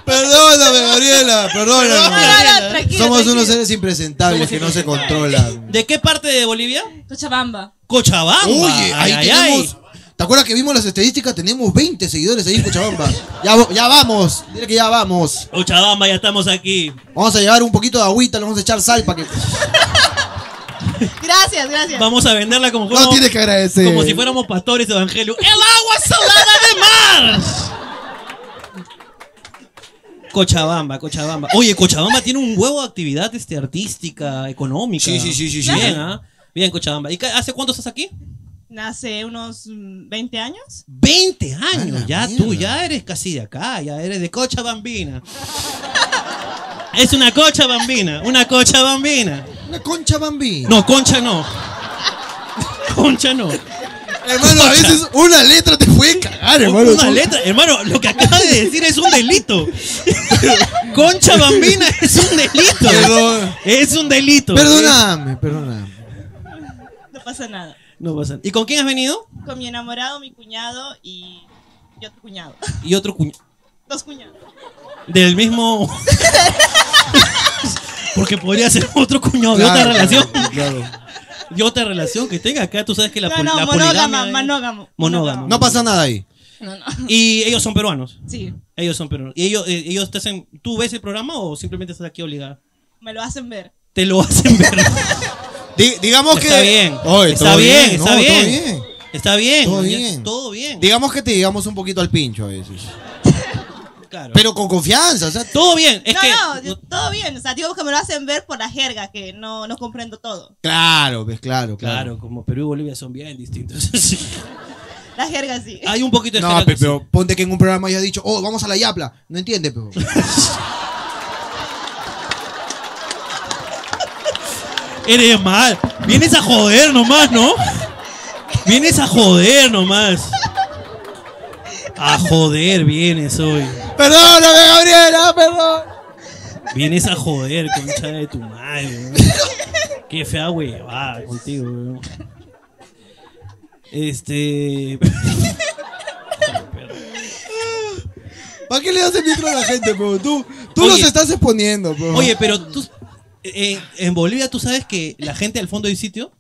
Perdóname, Gabriela,
No, no,
perdóname.
no, tranquilo.
Somos unos
tranquilo.
seres impresentables que no se controlan.
¿De qué parte de Bolivia?
Cochabamba.
Cochabamba.
Oye, ahí
Ay, ay,
tenemos.
ay.
¿Te acuerdas que vimos las estadísticas? Tenemos 20 seguidores ahí en Cochabamba. Ya, vo- ya vamos, mira que ya vamos.
Cochabamba, ya estamos aquí.
Vamos a llevar un poquito de agüita, le vamos a echar sal para que.
Gracias, gracias.
Vamos a venderla como
No tienes que agradecer.
Como si fuéramos pastores evangelios. ¡El agua salada de mar! Cochabamba, Cochabamba. Oye, Cochabamba tiene un huevo de actividad este, artística, económica.
Sí, sí, sí, sí, sí.
Bien, ¿ah? Bien, Cochabamba. ¿Y ca- hace cuánto estás aquí?
Hace unos mm, 20 años.
20 años.
la
Ya tú,
mierda.
ya eres casi de acá, ya eres de Cochabambina. es una Cochabambina, una Cochabambina.
Una concha bambi.
No, concha no. Concha no.
Hermano, a veces una letra te puede cagar, hermano.
una
Son-
letra, hermano, lo que acabas de decir es un delito. Concha bambina es un delito.
Perdón.
Es un delito.
Perdóname, perdóname.
No pasa nada.
No pasa. ¿Y con quién has venido?
Con mi enamorado, mi cuñado y yo tu cuñado.
Y otro cuñado.
Dos cuñados.
Del mismo. Porque podría ser otro cuñado de otra
Claro,
relación.
claro.
De otra relación que tenga acá. Tú sabes que la,
No,
pol-
no,
la
monógama,
poligamia-
monógamo.
Monógamo.
No pasa nada ahí.
No, no.
Y ellos son peruanos.
Sí,
Ellos son peruanos. ¿Y ellos, eh, ellos te hacen. ¿Tú ves el programa o simplemente estás aquí obligada?
me lo hacen ver.
Te lo hacen ver.
Di- digamos que.
está bien.
Oye,
está
todo
bien,
no,
está
todo
bien. Está bien.
Todo
ya-
bien.
Todo bien.
Digamos que te digamos un poquito al pincho a veces.
Claro.
Pero con confianza, o sea, tú-
todo bien. Es
no,
que.
no, yo- todo bien. O sea, digo que me lo hacen ver por la jerga, que no, no comprendo todo.
Claro, ves, claro, claro.
Claro, como Perú y Bolivia son bien distintos.
La jerga sí.
Hay un poquito de
No,
jerga
pe-
que sí.
pero ponte que en un programa haya dicho, oh, vamos a la yapla. No entiende, pero.
Eres mal. Vienes a joder nomás, ¿no? Vienes a joder nomás. A joder vienes hoy.
Perdóname, Gabriela, perdón.
Vienes a joder, concha de tu madre. weón. Qué fea huevada contigo, weón. Este.
¿Para qué le das el micro a la gente, pero Tú, tú
Oye.
los estás exponiendo, pero.
Oye, pero tú. eh, en Bolivia, tú sabes que la gente al fondo del sitio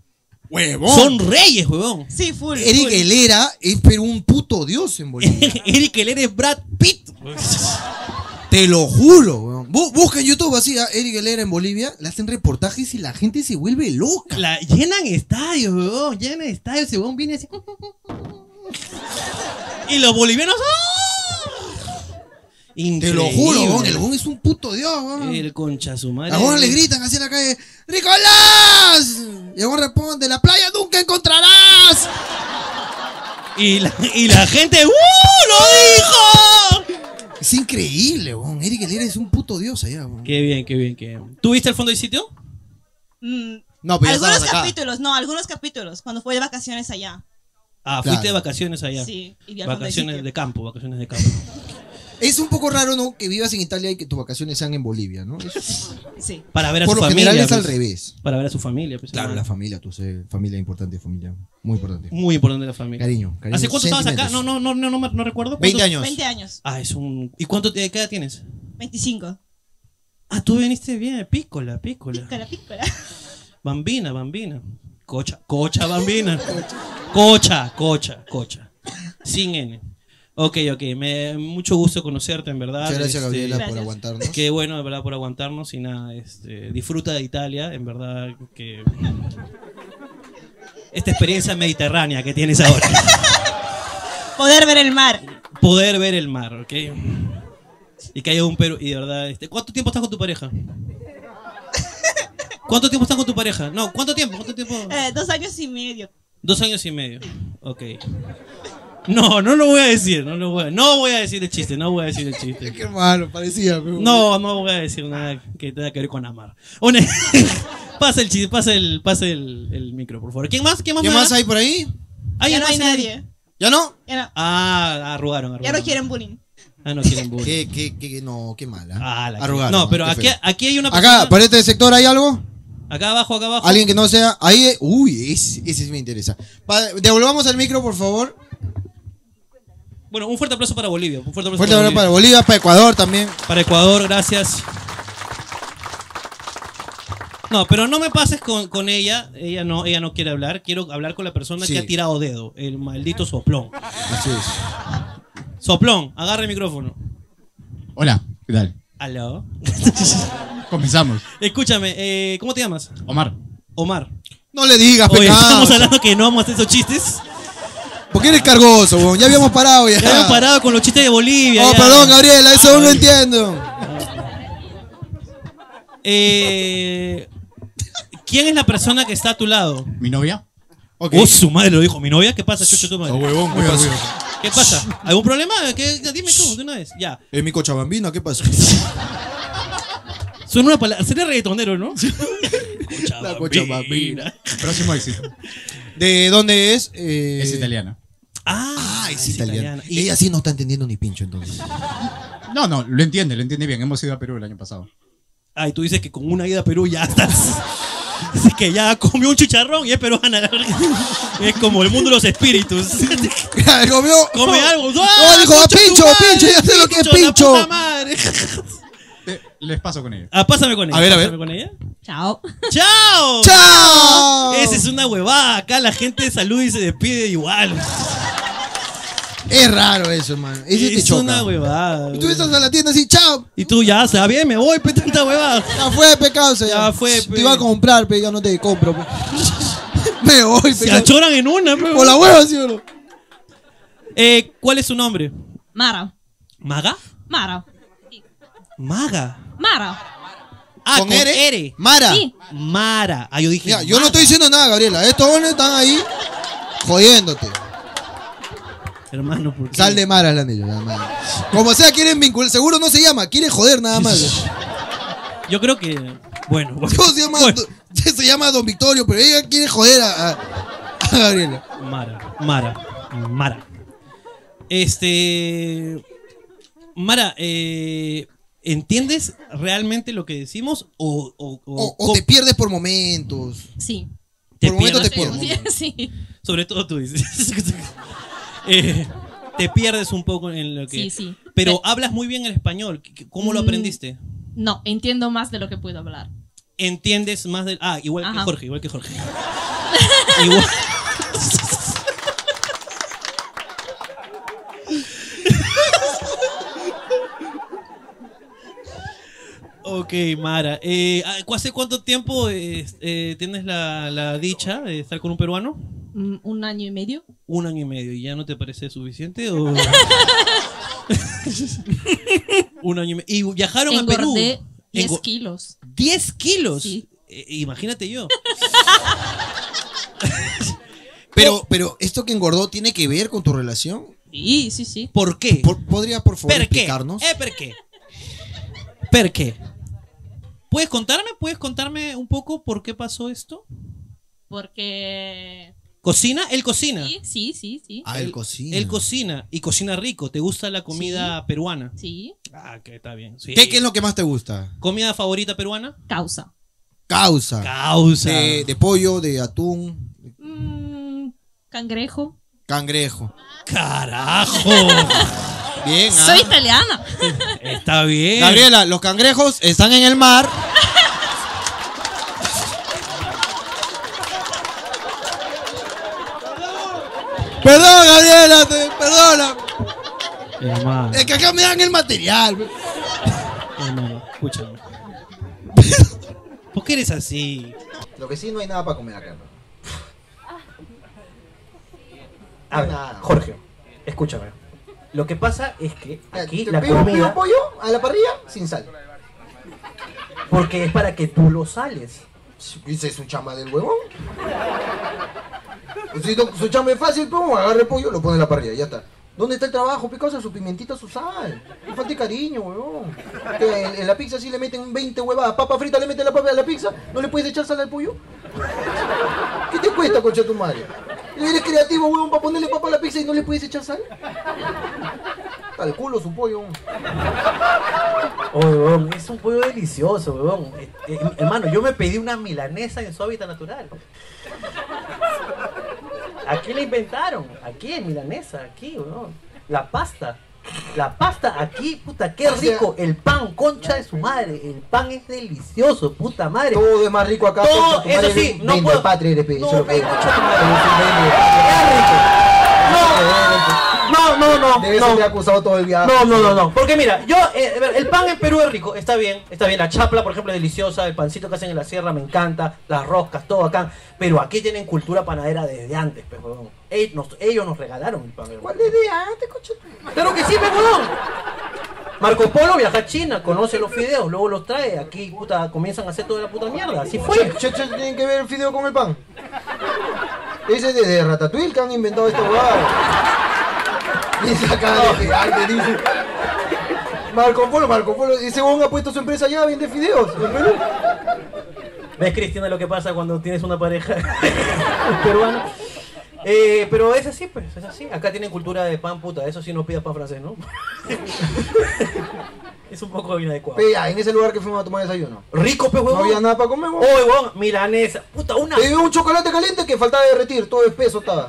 huevón.
son reyes, huevón.
Sí, full.
Eric
full.
Helera es pero un puto dios en Bolivia.
Eric, él eres Brad Pitt.
Te lo juro, weón. Bu- busca en YouTube así a Eric Helera en Bolivia, le hacen reportajes y la gente se vuelve loca.
La, llenan estadios, weón. Llenan estadios. Y weón viene así. y los bolivianos. ¡ah!
Te lo
Increíble.
juro, weón. El weón es un puto dios, weón.
El concha su madre.
A weón le gritan así en la calle, ¡Nicolás! Y el weón responde, la playa nunca encontrarás.
Y la, y la gente. ¡Uh! ¡Lo dijo!
Es increíble, weón. Eric Helera es un puto dios allá, weón.
Qué bien, qué bien, qué bien. ¿Tú viste el fondo del sitio?
Mm,
No, pero ya
algunos
estabas acá.
capítulos, no, algunos capítulos. Cuando fue de vacaciones allá.
Ah,
Claro.
fuiste de vacaciones allá.
Sí, y vi al fondo del
Vacaciones
sitio.
de campo, vacaciones de campo.
Es un poco raro, ¿no? Que vivas en Italia y que tus vacaciones sean en Bolivia, ¿no? Es-
Sí.
Para ver a
Por
su
lo
familia.
general es al
pues.
revés.
Para ver a su familia. pues,
Claro,
hermano.
la familia, tú sé, familia importante, familia. Muy importante.
Muy importante la familia.
Cariño, cariño.
¿Hace cuánto estabas acá? No,
sentimientos.
no, no, no, no, me- no recuerdo.
20
¿Cuánto-
años.
20 años.
Ah, es un. ¿Y cuánto te, qué edad tienes?
25.
Ah, tú viniste bien, pícola, pícola.
Pícola, pícola.
Bambina, bambina. Cocha, cocha, bambina. cocha, cocha, cocha. Sin N. Ok, ok. Me, mucho gusto conocerte, en verdad.
Muchas gracias,
Este,
Gabriela, por
Gracias.
aguantarnos.
Qué bueno, de verdad, por aguantarnos y nada, este, disfruta de Italia, en verdad que... Esta experiencia mediterránea que tienes ahora.
Poder ver el mar.
Poder ver el mar, ¿ok? Y que haya un Perú, y de verdad, este, ¿cuánto tiempo estás con tu pareja? ¿Cuánto tiempo estás con tu pareja? No, ¿cuánto tiempo? ¿Cuánto tiempo?
Eh, dos años y medio.
Dos años y medio. Ok. No, no lo voy a decir, no lo voy a, no voy a decir el chiste, no voy a decir el chiste.
Qué malo, parecía. pero-
No, no voy a decir nada que tenga que ver con Amar. Una- pasa el chiste, pasa el, pasa el, el micro, por favor. ¿Quién más? ¿Quién más?
¿Qué
me
más
da?
hay por ahí?
Ah,
ya no
más
hay
en el-
nadie.
¿Ya no?
Ya no,
Ah, arrugaron, arrugaron.
ya no quieren bullying.
Ah, no quieren bullying.
¿Qué, qué, qué, no, qué mala.
Ah, la
Arrugaron,
No, pero
qué
aquí,
feo.
aquí hay una persona.
Acá, por este sector hay algo.
acá abajo, acá abajo.
Alguien que no sea. Ahí. Uy, ese, ese sí me interesa. Pa- devolvamos el micro, por favor.
Bueno, un fuerte aplauso para Bolivia. Un fuerte aplauso
Fuerte
para,
abrazo para Bolivia, para Ecuador también.
Bolivia. Para Ecuador, gracias. No, pero no me pases con, con ella. Ella no, ella no quiere hablar. Quiero hablar con la persona
Sí.
que ha tirado dedo. El maldito soplón.
Así es.
Soplón, agarre el micrófono.
Hola, ¿qué tal?
Aló.
Comenzamos.
Escúchame, eh, ¿cómo te llamas?
Omar,
Omar.
No le digas,
Oye,
pecado.
estamos hablando que no vamos a hacer esos chistes.
¿Por qué eres cargoso, weón? Ya habíamos parado ya.
Ya hemos parado con los chistes de Bolivia.
Oh,
ya.
perdón, Gabriela, eso no lo entiendo.
Eh, ¿Quién es la persona que está a tu lado?
mi novia.
Ok.
Oh, su madre lo dijo. ¿Mi novia? ¿Qué pasa, chucho, tu madre?
Oh, huevón, ¿qué pasó?
¿Qué pasa? ¿Algún problema? ¿Qué- Dime tú, de una vez. Ya.
Es mi cochabambina, ¿qué pasó?
Son una palabra. Sería reggaetonero, ¿no?
La cochabambina.
Próximo éxito.
¿De dónde es? Eh,
Es italiana.
Ah,
Ah, es,
es
italiana.
Y-
Ella sí no está entendiendo ni pincho entonces.
No, no, lo
Ah,
entiende, lo entiende bien. Hemos ido a Perú el año pasado.
Ay, tú dices que con una ida a Perú ya estás. Así que ya comió un chicharrón y es peruana. la verga. Es como el mundo de los espíritus.
comió.
Come algo.
No,
¡Ah,
dijo,
concha tu
pincho,
madre!
pincho, ya sé lo que es
la
pincho.
puta madre.
Les paso con ellos.
Ah, pásame con ella.
A ver, a ver.
pásame con ella.
Chao.
¡Chao!
¡Chao!
Esa es una huevada. Acá la gente saluda y se despide igual.
Es raro eso, hermano. Y sí te
Es
choca.
una huevada.
Y tú estás a la tienda así, chao.
Y tú ya, está bien, me voy, pe tanta huevada.
Ya fue, pe causa.
Ya fue, pe.
Te iba a comprar, pe, ya no te compro, pe. Me voy,
Se
pe.
achoran en una, pe.
Por la hueva, sí o no.
Eh, ¿Cuál es su nombre?
Mara.
¿Maga?
Mara.
Maga.
Mara.
Ah, con,
¿Con R?
R.
Mara.
Sí.
Mara. Ah, yo dije.
Mira, yo no
Maga.
estoy diciendo nada, Gabriela. Estos hombres están ahí jodiéndote.
Hermano, ¿por qué?
Sal de Mara el anillo, nada más. Como sea, quieren vincular. Seguro no se llama, quieren joder nada más.
Yo creo que. Bueno, bueno.
Yo se llama,
Bueno,
se llama Don Victorio, pero ella quiere joder a, a- a Gabriela.
Mara. Mara. Mara. Este. Mara, eh, ¿entiendes realmente lo que decimos? O, o-
O,
o-
o te pierdes por momentos.
Sí.
te
por momentos te
pierdes?
pierdes.
Sí.
Sobre todo tú dices. Eh, te pierdes un poco en lo que.
Sí, sí.
Pero hablas muy bien el español. ¿Cómo lo
Mm.
aprendiste?
No, entiendo más de lo que puedo hablar.
entiendes más del. Ah, igual que
Ajá.
Jorge, igual que Jorge. Igual- Ok, Mara. Eh, ah, ¿Hace cuánto tiempo eh, eh, tienes la, la dicha de estar con un peruano?
Mm, Un año y medio.
Un año y medio. ¿Y ya no te parece suficiente? o- un año y medio. ¿Y viajaron a Perú?
Engordé 10
Engo-
kilos.
10 kilos.
Sí.
Eh, imagínate yo.
Pero, pero esto que engordó tiene que ver con tu relación.
Sí, sí, sí.
¿Por qué?
Por- ¿Podría, por favor,
¿Per qué?
explicarnos?
Eh, ¿per qué? ¿Per qué? ¿Puedes contarme? ¿Puedes contarme un poco por qué pasó esto?
Porque.
¿Cocina? Él cocina.
Sí, sí, sí, sí.
Ah, él cocina.
Él cocina y cocina rico. ¿Te gusta la comida peruana?
Sí.
Ah, que está bien. sí.
¿Qué, qué es lo que más te gusta?
¿Comida favorita peruana?
Causa.
Ah.
Causa.
Causa.
De, de pollo, de atún,
Mm, cangrejo.
cangrejo.
¡Carajo!
Bien, ¿ah?
Soy italiana.
está bien.
Gabriela, los cangrejos están en el mar. Perdón, Gabriela, te- perdona.
Hermano,
Es que acá me dan el material.
hermano, escúchame. ¿Por qué eres así?
Lo que sí, no hay nada para comer acá. ¿no?
A ver,
Nada.
Jorge, escúchame. Lo que pasa es que aquí
Te
la
pido un pido
comida,
pollo a la parrilla sin sal.
porque es para que tú lo sales.
Dice Pues, su chamba del huevón. Si no- su chamba es fácil, pum, agarra el pollo, lo pone en la parrilla, ya está. ¿Dónde está el trabajo? Picosa, su pimentita, su sal. No falte cariño, huevón. Que en, en la pizza sí le meten 20 huevadas. Papa frita le meten la papa a la pizza. ¿No le puedes echar sal al pollo? ¿Qué te cuesta, concha de tu madre? ¿Eres creativo, huevón, para ponerle papa a la pizza y no le puedes echar sal? Al culo su pollo.
Oh, huevón, es un pollo delicioso, huevón. Eh, eh, hermano, yo me pedí una milanesa en su hábitat natural. Aquí la inventaron, aquí en milanesa, aquí, huevón. La pasta, la pasta aquí, puta, qué
O sea-
rico. El pan, concha de su madre, el pan es delicioso, puta madre.
Todo es más rico acá.
Todo,
concha de tu
eso
madre,
sí,
ven-
no
vende
puedo-
patria eres, pe,
No,
eso es lo que
pe,
eres.
concha de tu
No, no, no. Debes
no.
ser acusado todo el viaje.
No, no, no, no. Porque mira, yo, eh, a ver, el pan en Perú es rico, está bien, está bien. La chapla, por ejemplo, es deliciosa, el pancito que hacen en la sierra me encanta, las roscas, todo acá. Pero aquí tienen cultura panadera desde antes, pues, huevón. Ellos nos, ellos nos regalaron el pan, hermano.
¿Cuál es de antes, coche?
Claro que sí, pues, huevón. Marco Polo viaja a China, conoce los fideos, luego los trae, aquí, puta, comienzan a hacer toda la puta mierda. Así fue.
Che, che, tienen que ver el fideo con el pan. Ese es desde Ratatouille que han inventado este lugar. Dice acá de gigante, dice. Marco Polo, Marco Polo. Ese huevón ha puesto su empresa allá, vende fideos. en Perú.
¿Ves, Cristina, lo que pasa cuando tienes una pareja peruana? Eh, pero es así, pues, es así. Acá tienen cultura de pan puta, eso sí no pidas pan francés, ¿no? Es un poco inadecuado.
Pe, ya, en ese lugar que fuimos a tomar desayuno.
Rico, pe, huevón.
No había nada para comer, huevón.
Oye, huevón, milanesa. Puta, una.
Te dio un chocolate caliente que faltaba derretir, todo espeso estaba.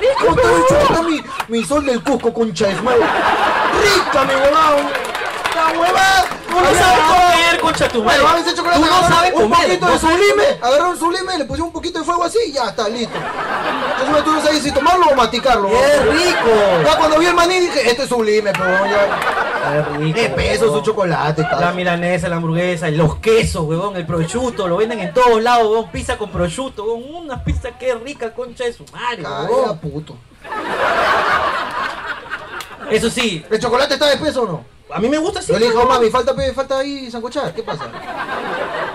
Rico,
Todo el chocolate, mi, mi sol del Cusco, concha de madre. Rica, mi huevón. La huevada.
Tú no sabes comer, concha tu madre.
Bueno, a ese chocolate.
Tú no
agarra
sabes
un
comer.
poquito
no
de
sabes
sublime.
comer.
Agarraron un sublime, le pusieron un poquito de fuego así y ya está, listo. Entonces tú no sabes si tomarlo o masticarlo.
¡Qué
huevón.
rico!
Ya cuando vi el maní dije, esto es sublime, pero ya.
rico,
Qué peso
huevón.
su chocolate, está.
La milanesa, la hamburguesa, los quesos, huevón, el prosciutto, lo venden en todos lados, huevón, pizza con prosciutto, huevón, una pizza que rica, concha de su madre,
Calla,
huevón.
puto.
Eso sí,
¿El chocolate está espeso o no?
a mí me gusta así.
Yo le dije,
huevón.
mami, falta, pe- falta ahí sancochar, ¿qué pasa?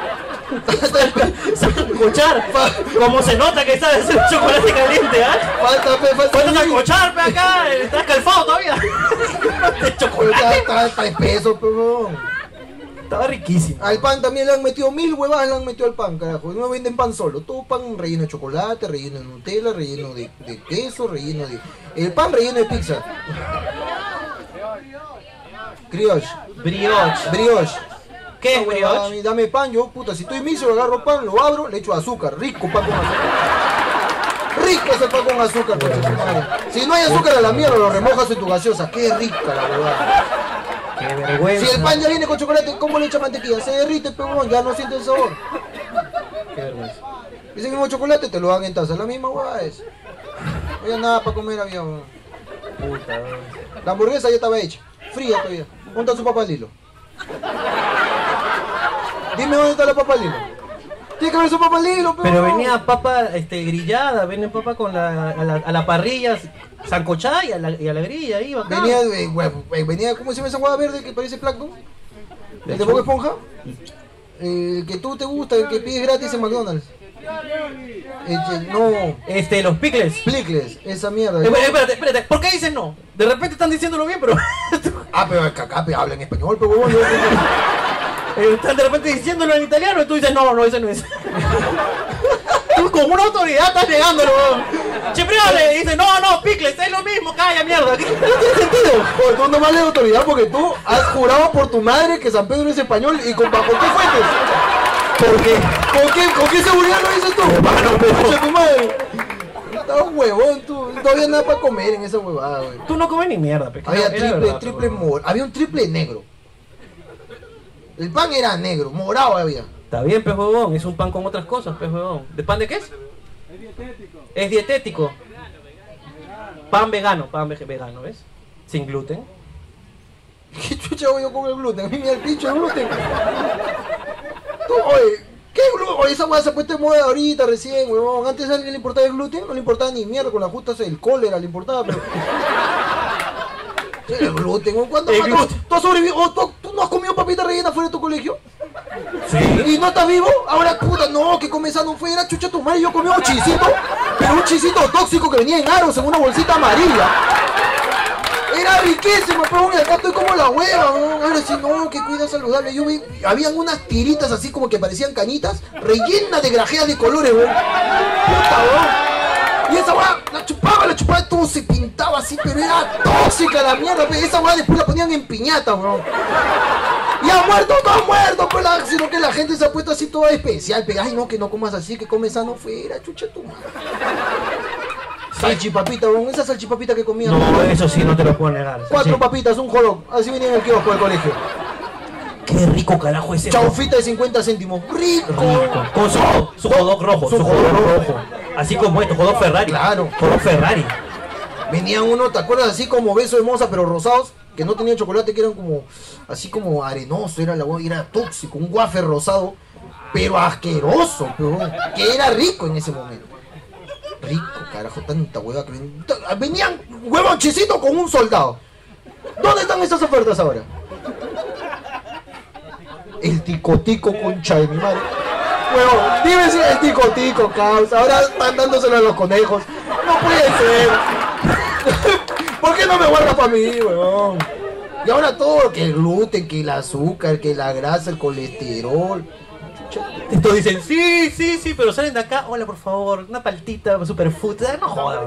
sancochar, como se nota que sabes hacer chocolate caliente, ¿ah?
Falta, pe, falta.
Falta
ahí.
sancochar, pe, acá, estás calfado todavía. El
Pero Está,
chocolate
está, está espeso, pero no.
estaba riquísimo.
Al pan también le han metido mil huevadas, le han metido al pan, carajo. No venden pan solo. Todo pan relleno de chocolate, relleno de Nutella, relleno de, de queso, relleno de. El pan relleno de pizza. Brioche.
Brioche.
Brioche.
¿Qué es
Esta huevada,
brioche?
mi- Dame pan, yo, puta. Si estoy misio, agarro pan, lo abro, le echo azúcar. Rico pan con azúcar. Rico ese pan con azúcar, coche de su madre. Si no hay azúcar a la mierda, lo remojas en tu gaseosa. Qué rica la huevada.
Qué vergüenza.
Si el pan ya viene con chocolate, ¿cómo le echa mantequilla? Se derrite, pegón, ya no siente el sabor.
Qué vergüenza.
Ese mismo chocolate te lo dan en taza, la misma hueá es. No había nada para comer, había huevón.
Puta, huevón.
La hamburguesa ya estaba hecha, fría todavía. ¿Dónde está su papá Lilo? Dime dónde está la papá Lilo. Tiene que ver su papá Lilo,
Pero
huevón.
venía papa este, grillada, venden papa con la, a, la, a la parrilla, sancochada y a la, y a la grilla, ahí, bacán.
Venía, eh, hue- eh, venía, ¿cómo se llama esa hueá verde que parece plancton? ¿El de Bob Esponja? Eh, El que tú te gusta, el que pides gratis en McDonald's. Eh, que- no,
Este, los picles.
Plicles, esa mierda.
Eh, espérate, espérate, espérate, ¿por qué dicen no? De repente están diciéndolo bien, pero
Ah, pero acá, acá, pe- habla en español, pero huevón. yo-
eh, están de repente diciéndolo en italiano y tú dices no, no, ese no es. tú como una autoridad estás negándolo. Chipriole, dice no, no, picles, es lo mismo, calla mierda.
No tiene sentido. Porque tú nomás le das autoridad porque tú has jurado por tu madre que San Pedro es español y con bajo qué fuentes. Porque, ¿con qué, con qué seguridad lo dices tú? Hermano, tu madre. Estás huevón, tú. No había nada para comer en esa huevada, güey.
Tú no comes ni mierda, pe. que no,
Había
era
triple,
verdad,
triple
pero-
mor- Había un triple negro. El pan era negro, morado había.
Está bien, pez huevón, es un pan con otras cosas, pez huevón. ¿De pan de qué es? Es dietético. Es dietético. Pan vegano, pan vege- vegano, ¿ves? Sin gluten.
¿Qué chucha voy yo con el gluten? A mí me da el pincho de gluten. Tú, oye, ¿qué gluten? Oye, esa weá se ha puesto de moda ahorita recién, huevón. Antes a alguien le importaba el gluten, no le importaba ni mierda, con la justa el cólera le importaba, pero... El gluten, weón, ¿cuánto
El
más?
gluten.
¿Tú has sobrevivido? ¿O tú, tú no has comido papita rellena fuera de tu colegio?
Sí.
¿Y no estás vivo? Ahora, puta, no, que comenzando no fuera, chucha tu madre, yo comí un chisito, pero un chisito tóxico que venía en aros en una bolsita amarilla. Era riquísimo, pero bueno, acá estoy como la hueva, weón. ahora sí, no, que cuida saludable. Yo vi, habían unas tiritas así como que parecían canitas, rellenas de grajeas de colores, weón. Puta, weón. Y esa weá, la chupaba, la chupaba, todo se pintaba así, pero era tóxica la mierda, pe. esa weá después la ponían en piñata, weón. Ya muerto, no muerto, pues la- sino que la gente se ha puesto así toda especial. Pero, ay, no, que no comas así, que comes sano fuera, chucha tu madre. Salchipapita, weón, esa salchipapita que comía.
No,
weón.
eso sí, no te lo puedo negar.
Cuatro
Sí.
papitas, un jolón. Así venía en el kiosco del colegio.
Qué rico carajo ese.
Chaufita de 50 céntimos. Rico.
Rico. Con su, su jodog rojo. Su,
Su
jodog
jodog
rojo. Así como esto, jodog Ferrari.
Claro.
Jodog Ferrari.
Venían uno, ¿te acuerdas? Así como beso de moza, pero rosados. Que no tenían chocolate, que eran como. Así como arenoso, era la hue- era tóxico. Un wafer rosado, pero asqueroso, peón, Que era rico en ese momento. Rico, carajo, tanta hueva que ven- ta- venían. Huevón chisito con un soldado. ¿Dónde están esas ofertas ahora? El ticotico concha de mi madre. Huevón, dime si el ticotico, causa. Ahora están dándoselo a los conejos. No puede ser. ¿Por qué no me guardas para mí, huevón? Y ahora todo, que el gluten, que el azúcar, que la grasa, el colesterol.
Entonces dicen, sí, sí, sí, pero salen de acá, hola, por favor, una paltita, superfood, Ay, no jodas.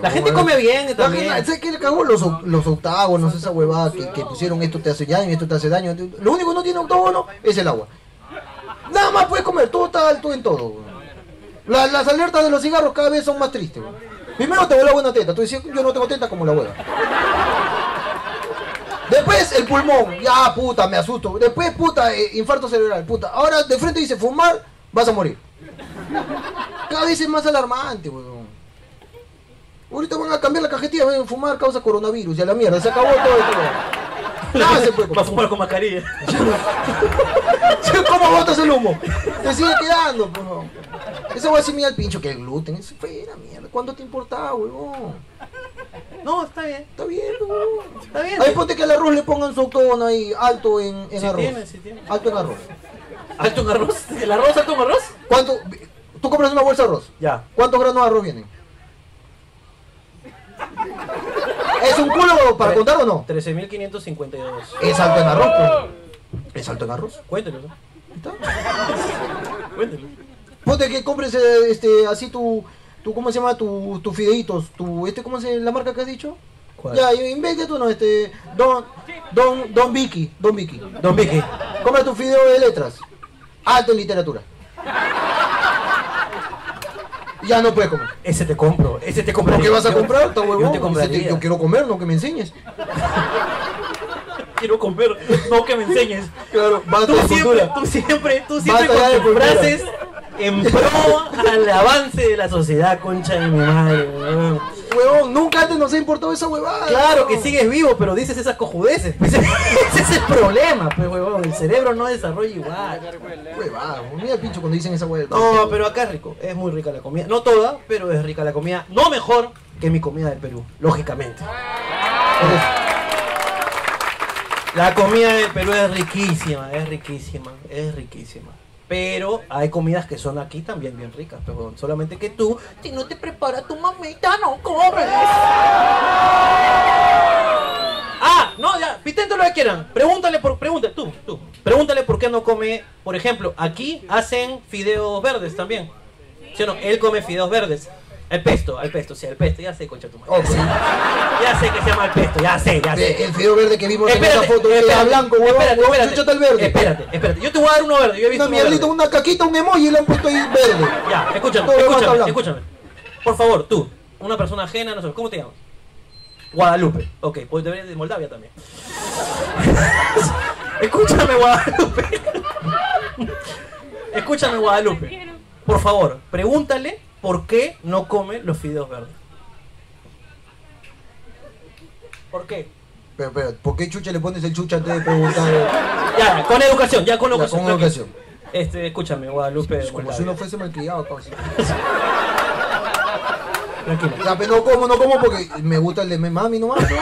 La gente come bien eh, también.
La gente- ¿Sabes qué le cagó? Los, oc- los octágonos, esa huevada que, que pusieron esto te hace daño, esto te hace daño. Lo único que no tiene octágono es el agua. Nada más puedes comer, todo está alto en todo. weón. La- las alertas de los cigarros cada vez son más tristes. weón. Primero te vuela una teta, tú decías, yo no tengo teta como la hueva. Después el pulmón, ya puta, me asusto. Después puta, eh, infarto cerebral, puta. Ahora de frente dice, fumar, vas a morir. Cada vez es más alarmante, weón. Ahorita van a cambiar la cajetilla, ven, fumar causa coronavirus, ya la mierda, se acabó todo esto. weón. Nada se puede
Va a fumar con mascarilla.
¿Cómo botas el humo? Te sigue quedando, por favor. Esa weá sí mira el pincho que el gluten. Eso fue la mierda. ¿Cuánto te importaba, huevón?
No, está bien.
Está bien, huevón.
Está bien.
Ahí ponte que al arroz le pongan su octógono ahí, alto en, en
Sí
arroz.
tiene, sí tiene.
Alto en arroz.
¿Alto en arroz? ¿El arroz alto en arroz?
¿Cuánto? Tú compras una bolsa de arroz.
Ya.
¿Cuántos granos de arroz vienen? ¿Es un culo para contar o no?
13.552.
Es alto en arroz, pues. Es alto en arroz.
Cuéntelo. Cuéntelo.
Ponte que compres eh, este, así tu, tu, ¿cómo se llama? Tu, tu fideitos, tu, este, ¿cómo se la marca que has dicho?
¿Cuál?
Ya, y invente tú, no, este, Don, Don, Don Vicky, Don Vicky.
Don Vicky.
Compra tu fideo de letras, alto en literatura. Ya no puedes comer.
Ese te compro, ese te compro.
¿Por qué vas a
Yo-
comprar? Está
yo
huevón.
te
Ese
compraría.
yo quiero comer, no que me enseñes.
Quiero comer, no que me enseñes.
Claro,
tú,
basta de
siempre,
cultura.
tú siempre, tú
Basta
siempre
ya de
con tus
cultura.
frases en pro al avance de la sociedad, concha de mi madre. huevón.
Huevón, nunca antes nos ha importado esa huevada.
Claro que sigues vivo, pero dices esas cojudeces. pues, ese es el problema, pues, huevón. El cerebro no desarrolla igual.
Huevada, huevón. mira el pincho cuando dicen esa huevada.
No, pero acá es rico. Es muy rica la comida. No toda, pero es rica la comida. No mejor que mi comida del Perú, lógicamente. La comida del Perú es riquísima, es riquísima, es riquísima. Pero hay comidas que son aquí también bien ricas, pero solamente que tú, si no te prepara tu mamita, no comes. Ah, no, ya, piten lo que quieran. Pregúntale por, pregúntale, tú, tú. Pregúntale por qué no come, por ejemplo, aquí hacen fideos verdes también. ¿Sí o no? Él come fideos verdes. El pesto, al pesto, sí, al pesto, ya sé, concha tu madre. Ya sé que se llama el pesto, ya sé, ya sé.
oh, El fideo verde que vimos en esa foto, que era
espérate,
blanco, huevón.
espérate,
huevón,
espérate,
chucha, está el verde.
Espérate, espérate. Yo te voy a dar uno verde, yo he visto
Una
uno verde.
mierdita, una caquita, un emoji y le han puesto ahí verde.
Ya, escúchame,
Todo lo demás está
escúchame,
blanco.
escúchame. Por favor, tú, una persona ajena, no sé, ¿cómo te llamas? Guadalupe. Ok, pues deberías de Moldavia también. escúchame, Guadalupe. escúchame, Guadalupe. Por favor, pregúntale por qué no come los fideos verdes. ¿Por qué?
Pero, pero, ¿por qué chucha le pones el chucha antes de preguntar?
Ya, con educación, ya con
Ya,
educación.
con
tranquilo.
educación.
Este, escúchame, Guadalupe. de
Como
Moldavia.
si uno fuese malcriado, causa.
Tranquilo.
Ya, pero pues, no como, no como porque me gusta el de mi mami nomás. pues.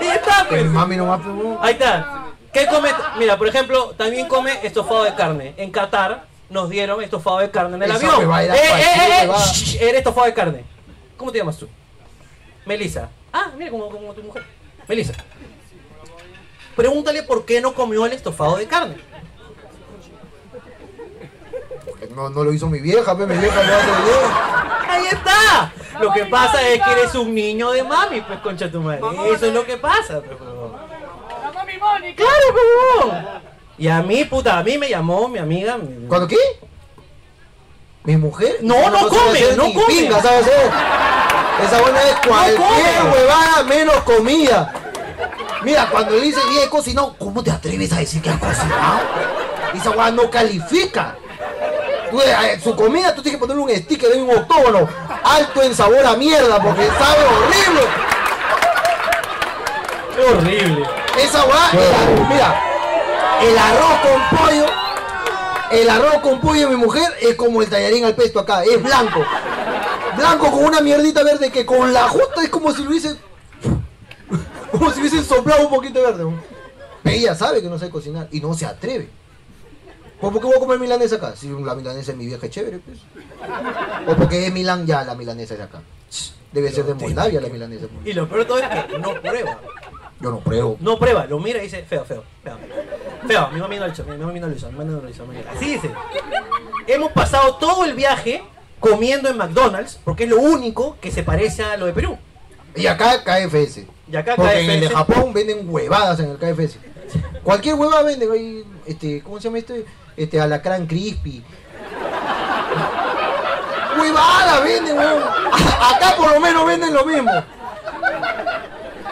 Ahí está, pues.
El mami nomás, pues, huevón.
Ahí está. ¿Qué come? Mira, por ejemplo, también come estofado de carne. En Qatar nos dieron estofado de carne en el
Esa
avión.
huevada
eh,
era cualquier
eh, eh,
huevada.
shh, Era estofado de carne. ¿Cómo te llamas tú? Melissa. Ah, mira, como, como tu mujer. Melissa. Pregúntale por qué no comió el estofado de carne.
No, no lo hizo mi vieja, pues, mi vieja lo hace bien.
¡Ahí está! Lo que pasa es que eres un niño de mami, pues concha tu madre. Eso es lo que pasa, pues, huevón. ¡Claro, pues, huevón! Y a mí, puta, a mí me llamó mi amiga. mi-
¿Cuándo qué? ¿Mi mujer?
No, no
sabe
come,
hacer
no
ni
come.
Pinga, ¿sabe hacer? Esa buena es cualquier
come.
huevada menos comida. Mira, cuando le dicen, y he cocinado, ¿cómo te atreves a decir que has cocinado? Esa huevada no califica. Tú, eh, su comida, tú tienes que ponerle un sticker de un octógono alto en sabor a mierda, porque sabe horrible.
¡Qué horrible!
Esa huevada, el ar- mira, el arroz con pollo, el arroz con pollo de mi mujer es como el tallarín al pesto acá, es blanco. Blanco con una mierdita verde que con la justa es como si lo hubiese. Como si hubiesen soplado un poquito de verde. ¿no? Ella sabe que no sabe cocinar y no se atreve. ¿Por por qué voy a comer milanesa acá? Si la milanesa es mi vieja es chévere, pues. O porque es Milán, ya la milanesa es de acá. Debe ser de Moldavia la milanesa.
Y lo peor de todo es que no prueba.
Yo no pruebo.
No prueba, lo mira y dice, feo, feo, feo. Feo, mi mami no lo hizo, mi mami no lo hizo, mi mami no lo hizo. mi mami- Así dice. Hemos pasado todo el viaje comiendo en McDonald's porque es lo único que se parece a lo de Perú.
Y acá KFS.
Y acá
Porque en
KFC.
el de Japón venden huevadas en el KFS. Cualquier hueva venden. Hay, este, ¿Cómo se llama este? Este, alacrán crispy. ¡Huevada venden, huevón! Acá por lo menos venden lo mismo.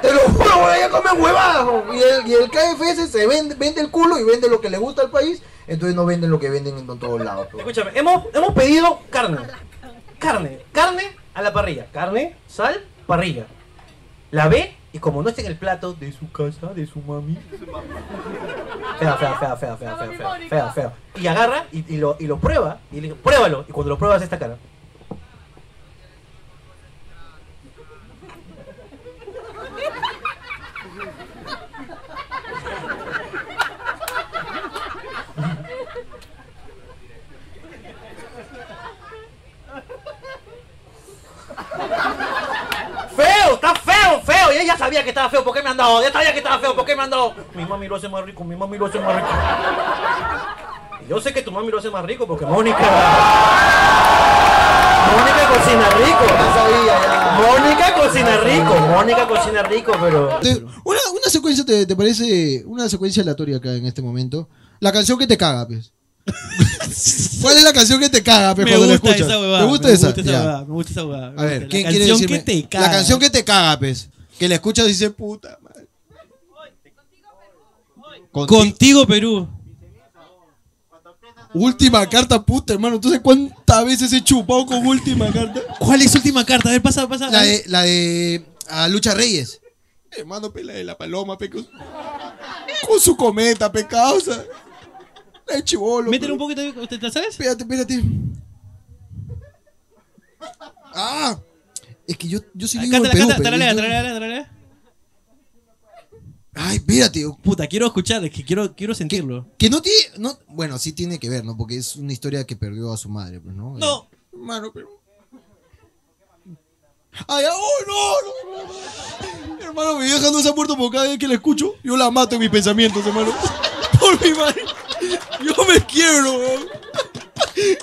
Te lo juro, huevón, allá comen huevadas. huevón. Y el, y el KFS se vende, vende el culo y vende lo que le gusta al país. Entonces no venden lo que venden en todos lados. pues. huevón.
Escúchame, hemos, hemos pedido carne. Carne, carne a la parrilla. Carne, sal, parrilla. La ve y como no está en el plato de su casa, de su mami. Fea, fea, fea, fea, fea, fea, fea, fea, fea. Y agarra y, y lo, y lo prueba. Y le digo, pruébalo. Y cuando lo pruebas esta cara. ¡Feo! ¡Está feo, feo! Y ella sabía que estaba feo, ¿por qué me han dado? Ella sabía que estaba feo, ¿por qué me han dado? Mi mami lo hace más rico, mi mami lo hace más rico. Y yo sé que tu mami lo hace más rico porque Mónica. Mónica cocina rico. Mónica cocina rico. Mónica cocina rico, pero.
Te- Una, una secuencia, te, te parece? Una secuencia aleatoria acá en este momento. La canción que te caga, pues. ¿Cuál es la canción que te caga, pues,
Me
cuando la
gusta
escuchas?
esa huevada,
¿Te gusta
me
esa?
gusta esa
Ya.
huevada, me gusta esa huevada, me
A ver,
gusta. La
¿quién quiere
canción
decirme?
que te
La
caga.
canción que te caga, pues. Que la escuchas y dices, puta madre. Conti-
Contigo, Perú.
Última carta, puta, hermano. Entonces, ¿cuántas veces he chupado con última carta?
¿Cuál es última carta? A ver, pasa, pasa.
La de, la de a Lucha Reyes.
Hermano, pela de la paloma, pe. que-
Con su cometa, pe causa. La de chivolo.
Métele un poquito, ahí, ¿te la sabes?
Espérate, espérate. Ah, es que yo, yo sí vivo en
Cántala,
Perú.
cántala,
pe.
taralea,
Yo-
taralea, taralea.
Ay, espérate.
Puta, quiero escuchar, es que quiero, quiero sentirlo.
Que no tiene. No, bueno, sí tiene que ver, ¿no? Porque es una historia que perdió a su madre, pues, ¿no?
No.
Hermano, pero. Ay, oh, no, no, no. Hermano, mi vieja no se ha muerto por cada vez que la escucho. Yo la mato en mis pensamientos, hermano. Por mi madre. Yo me quiebro, weón.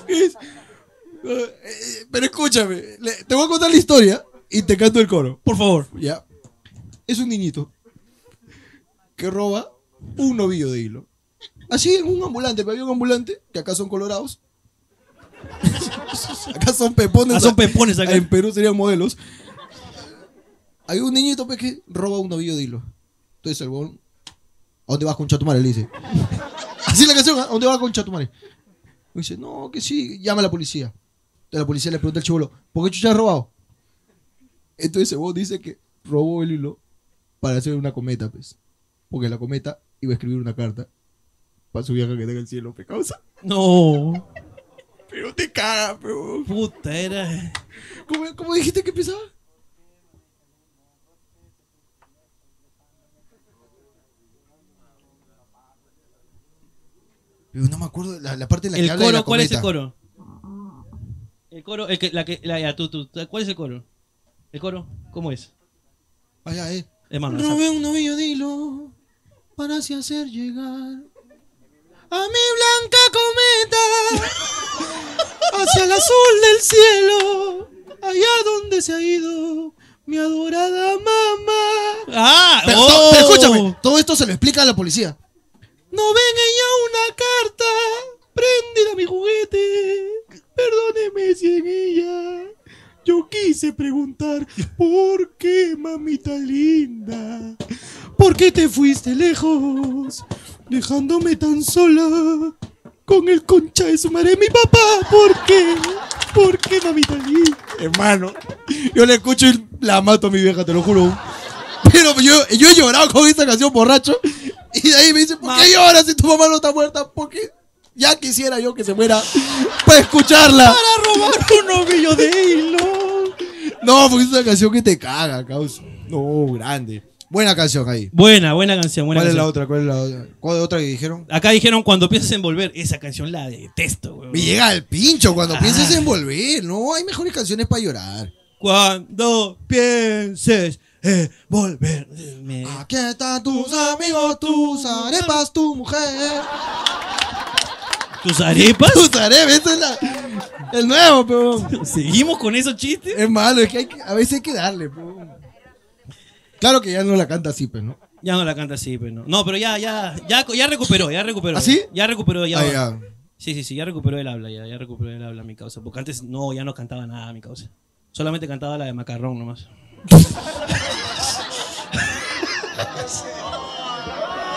Es- eh, eh, Pero escúchame, le- te voy a contar la historia y te canto el coro.
Por favor.
Ya. Es un niñito que roba un novillo de hilo. Así en un ambulante, pero había un ambulante, que acá son colorados. acá son pepones.
Ah, son pepones acá.
En Perú serían modelos. Hay un niñito pues, que roba un novillo de hilo. Entonces el huevón, ¿a dónde vas con Chatumare? Le dice. Así la canción, ¿ah? ¿a dónde vas con Chatumare? Le dice, no, que sí, llama a la policía. Entonces la policía le pregunta al chivolo, ¿por qué chucha has robado? Entonces el huevón dice que robó el hilo para hacer una cometa, pues. Porque la cometa iba a escribir una carta para su viaje que tenga el cielo, pe causa.
No.
Pero te caga, pero.
Puta, era.
¿Cómo, cómo dijiste que empezaba? Pero no me acuerdo la, la parte en la
El
que habla de
coro,
la
¿cuál es
cometa.
el coro? El coro, el que, la que, la, ya, tú, tú, tú, ¿cuál es el coro? ¿El coro? ¿Cómo es?
Ah, ya, eh.
Hermano,
Robé un novillo de hilo para así hacer llegar a mi blanca cometa hacia el azul del cielo, allá donde se ha ido mi adorada mamá.
¡Ah!
Pero,
oh.
to- pero escúchame, todo esto se lo explica a la policía. No ven ella una carta prendida a mi juguete. Perdóneme si en ella yo quise preguntar por qué, mamita linda, por qué te fuiste lejos, dejándome tan sola con el concha de su madre, mi papá. ¿Por qué? ¿Por qué, mamita linda? Hermano, yo le escucho y la mato a mi vieja, te lo juro. Pero yo, yo he llorado con esta canción borracho. Y de ahí me dice, ¿por qué lloras si tu mamá no está muerta? Porque ya quisiera yo que se muera para escucharla. Para robar un novillo de hilo. No, porque es una canción que te caga, causa. No, grande. Buena canción ahí.
Buena, buena canción, buena
¿Cuál es la
canción.
otra? ¿Cuál es la otra? ¿Cuál es la otra que dijeron?
Acá dijeron cuando empiezas a envolver, esa canción la detesto, weón.
Me llega al pincho cuando pienses en volver. No, hay mejores canciones para llorar.
Cuando pienses
eh, volver.
Me-
Aquí están tus amigos, tus arepas, tu mujer.
¿Tus arepas?
Tus arepas, ese es la- el nuevo, pero.
¿Seguimos con esos chistes?
Es malo, es que, hay que- a veces hay que darle, pero. Claro que ya no la canta así, pero no.
Ya no la canta así, pero no. No, pero ya, ya, ya, ya recuperó, ya recuperó.
¿Ah, sí?
Ya recuperó, ya.
Ah,
va.
ya.
Sí, sí, sí, ya recuperó el habla, ya, ya recuperó el habla mi causa. Porque antes no, ya no cantaba nada mi causa. Solamente cantaba la de macarrón nomás.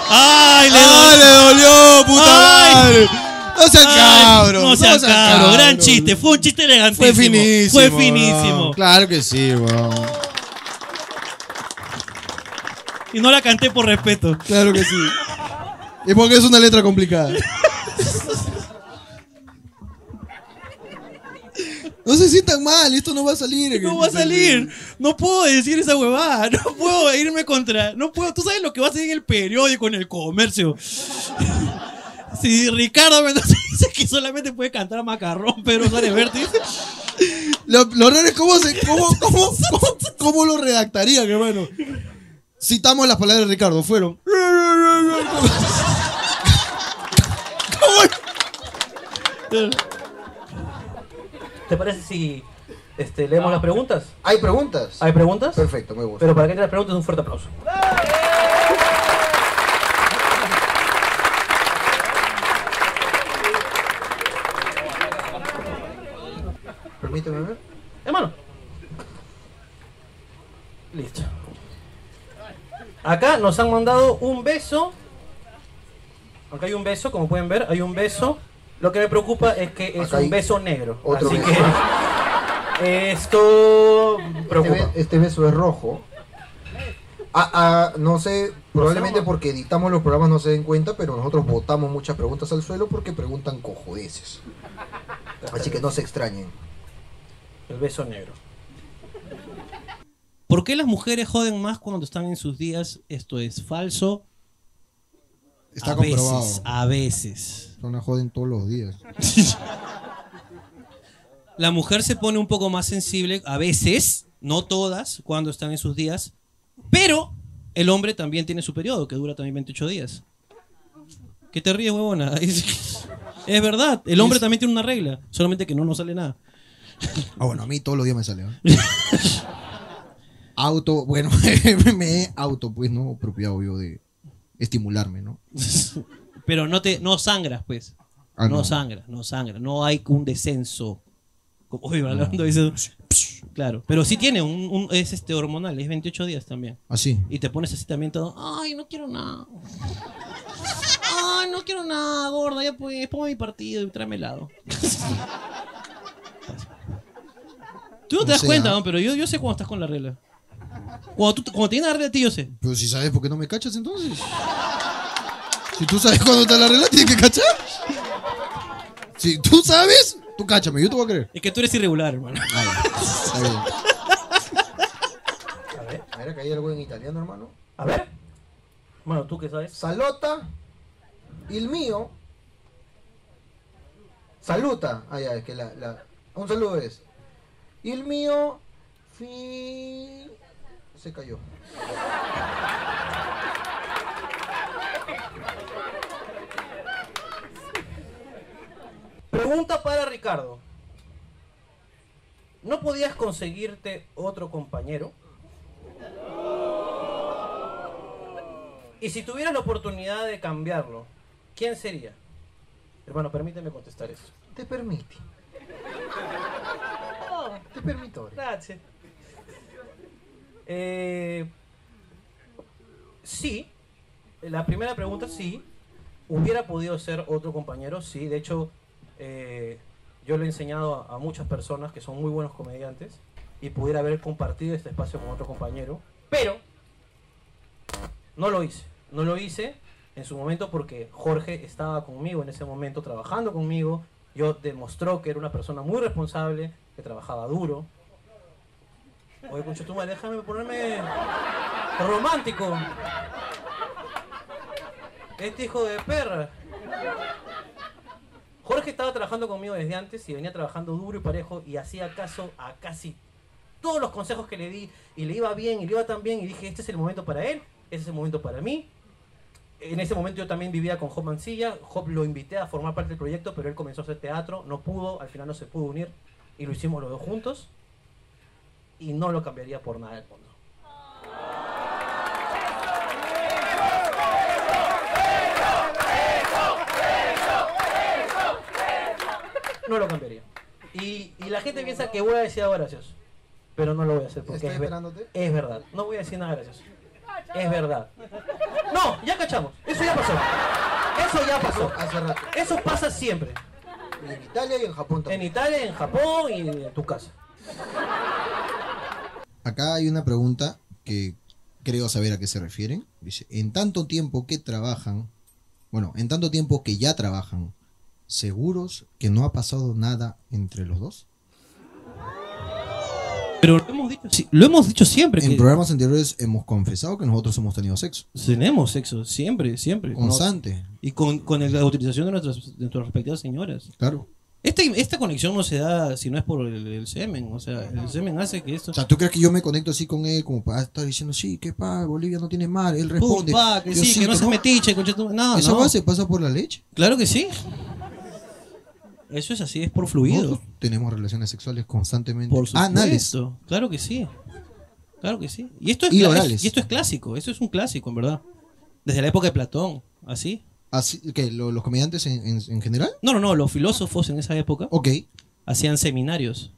¡Ay, le
¡Ah,
dolió!
le dolió, puta
Ay.
madre! No seas
Ay,
cabro.
No sea cabro, gran chiste. Fue un chiste elegantísimo.
Fue finísimo.
Fue
weón.
finísimo.
Claro que sí, weón.
Y no la canté por respeto.
Claro que sí. Y porque es una letra complicada. No se sientan mal, esto no va a salir.
No va a salir. No puedo decir esa huevada. No puedo irme contra. No puedo. Tú sabes lo que va a salir en el periódico, en el comercio. Si Ricardo Mendoza dice que solamente puede cantar macarrón, Pedro Suárez Vértiz.
Lo, lo raro es cómo, se, cómo, cómo, cómo, cómo lo redactarían, hermano. Citamos las palabras de Ricardo, fueron.
¿Te parece si este, leemos las preguntas?
¿Hay preguntas?
¿Hay preguntas?
Perfecto, me gusta.
Pero para que te las preguntes, un fuerte aplauso.
Permíteme ver.
Hermano. Listo. Acá nos han mandado un beso. Acá hay un beso, como pueden ver, hay un beso. Lo que me preocupa es que es
Acá hay
un beso negro.
otro
así
beso.
que esto
Este,
preocupa.
be- este beso es rojo. Ah, ah, no sé, probablemente
Mostramos.
porque editamos los programas no se den cuenta, pero nosotros botamos muchas preguntas al suelo porque preguntan cojodeces. Así que no se extrañen.
El beso negro.
¿Por qué las mujeres joden más cuando están en sus días? Esto es falso.
Está
a
comprobado.
veces, a veces.
Son una joden todos los días.
La mujer se pone un poco más sensible, a veces, no todas, cuando están en sus días. Pero el hombre también tiene su periodo, que dura también 28 días. ¿Qué te ríes, huevona? Es, es verdad, el hombre también tiene una regla, solamente que no nos sale nada.
Ah, bueno, a mí todos los días me sale. ¿eh? auto, bueno, me he auto, pues, ¿no? Apropiado yo de estimularme, ¿no?
Pero no te no sangras, pues.
Ah,
no,
no.
sangras, no sangras. No hay un descenso. Como hoy hablando, dice, Claro, pero sí tiene un, un- es este hormonal, es 28 días también.
Así.
Y te pones así también todo. Ay, no quiero nada. Ay, no quiero nada, gorda. Ya pues, pongo mi partido y tráeme helado. Tú no te
O
das
sea-
cuenta, ¿no? pero yo, yo sé cuando estás con la regla. Cuando, tú, cuando tienes la regla a ti, yo sé.
Pero si sabes por qué no me cachas entonces. Si tú sabes cuándo está la regla, tienes que cachar. Si tú sabes, tú cáchame, yo te voy a creer.
Es que tú eres irregular, hermano.
Está bien.
A ver, a ver, acá hay algo en italiano, hermano.
A ver. Bueno, ¿tú qué sabes?
Salota, il mío. Saluta. Ah, ya, es que la, la- Un saludo es. Il mío. Fi. Se cayó.
Pregunta para Ricardo. ¿No podías conseguirte otro compañero? Y si tuvieras la oportunidad de cambiarlo, ¿quién sería? Hermano, permíteme contestar eso.
Te permite.
Oh.
Te permito. ahora.
Grazie. Eh, sí, la primera pregunta sí, hubiera podido ser otro compañero, sí, de hecho eh, yo lo he enseñado a, a muchas personas que son muy buenos comediantes y pudiera haber compartido este espacio con otro compañero, pero no lo hice, no lo hice en su momento porque Jorge estaba conmigo en ese momento trabajando conmigo, yo demostró que era una persona muy responsable, que trabajaba duro, Oye, concha tu madre, déjame ponerme romántico. Este hijo de perra. Jorge estaba trabajando conmigo desde antes y venía trabajando duro y parejo y hacía caso a casi todos los consejos que le di y le iba bien y le iba tan bien y dije, este es el momento para él, este es el momento para mí. En ese momento yo también vivía con Job Mancilla, Job lo invité a formar parte del proyecto, pero él comenzó a hacer teatro, no pudo, al final no se pudo unir y lo hicimos los dos juntos y no lo cambiaría por nada del mundo. No lo cambiaría. Y, y la gente piensa que voy a decir algo gracioso, pero no lo voy a hacer porque
¿Estás
es, ver-
esperándote?
es verdad. No voy a decir nada gracioso. Es verdad. No, ya cachamos. Eso ya pasó. Eso ya pasó. Eso pasa siempre. En Italia y en Japón también. En Italia, en Japón y en tu casa.
Acá hay una pregunta que creo saber a qué se refieren. Dice, en tanto tiempo que trabajan, bueno, en tanto tiempo que ya trabajan, ¿seguros que no ha pasado nada entre los dos?
Pero lo hemos dicho, sí, lo hemos dicho siempre.
En
que
programas anteriores hemos confesado que nosotros hemos tenido sexo.
Tenemos sexo, siempre, siempre.
Constante.
Y con, con la utilización de nuestras, de nuestras respectivas señoras.
Claro.
Esta, esta conexión no se da si no es por el, el semen. O sea, el semen hace que esto.
O sea, ¿tú crees que yo me conecto así con él como para estar diciendo, sí, que pa, Bolivia no tiene mar? Él responde.
Pum, pa, que
Yo
sí, que
siento,
no se metiche, concha tu- No,
¿Esa
no.
base pasa por la leche?
Claro que sí. Eso es así, es por fluido.
Nosotros tenemos relaciones sexuales constantemente.
Por supuesto.
Anales.
Claro que sí. Claro que sí. Y esto es,
Y
cla-
orales.
y esto es clásico. Esto es un clásico, en verdad. Desde la época de Platón. ¿Así?
Así, que ¿Los comediantes en, en- en general?
No, no, no. Los filósofos en esa época hacían seminarios.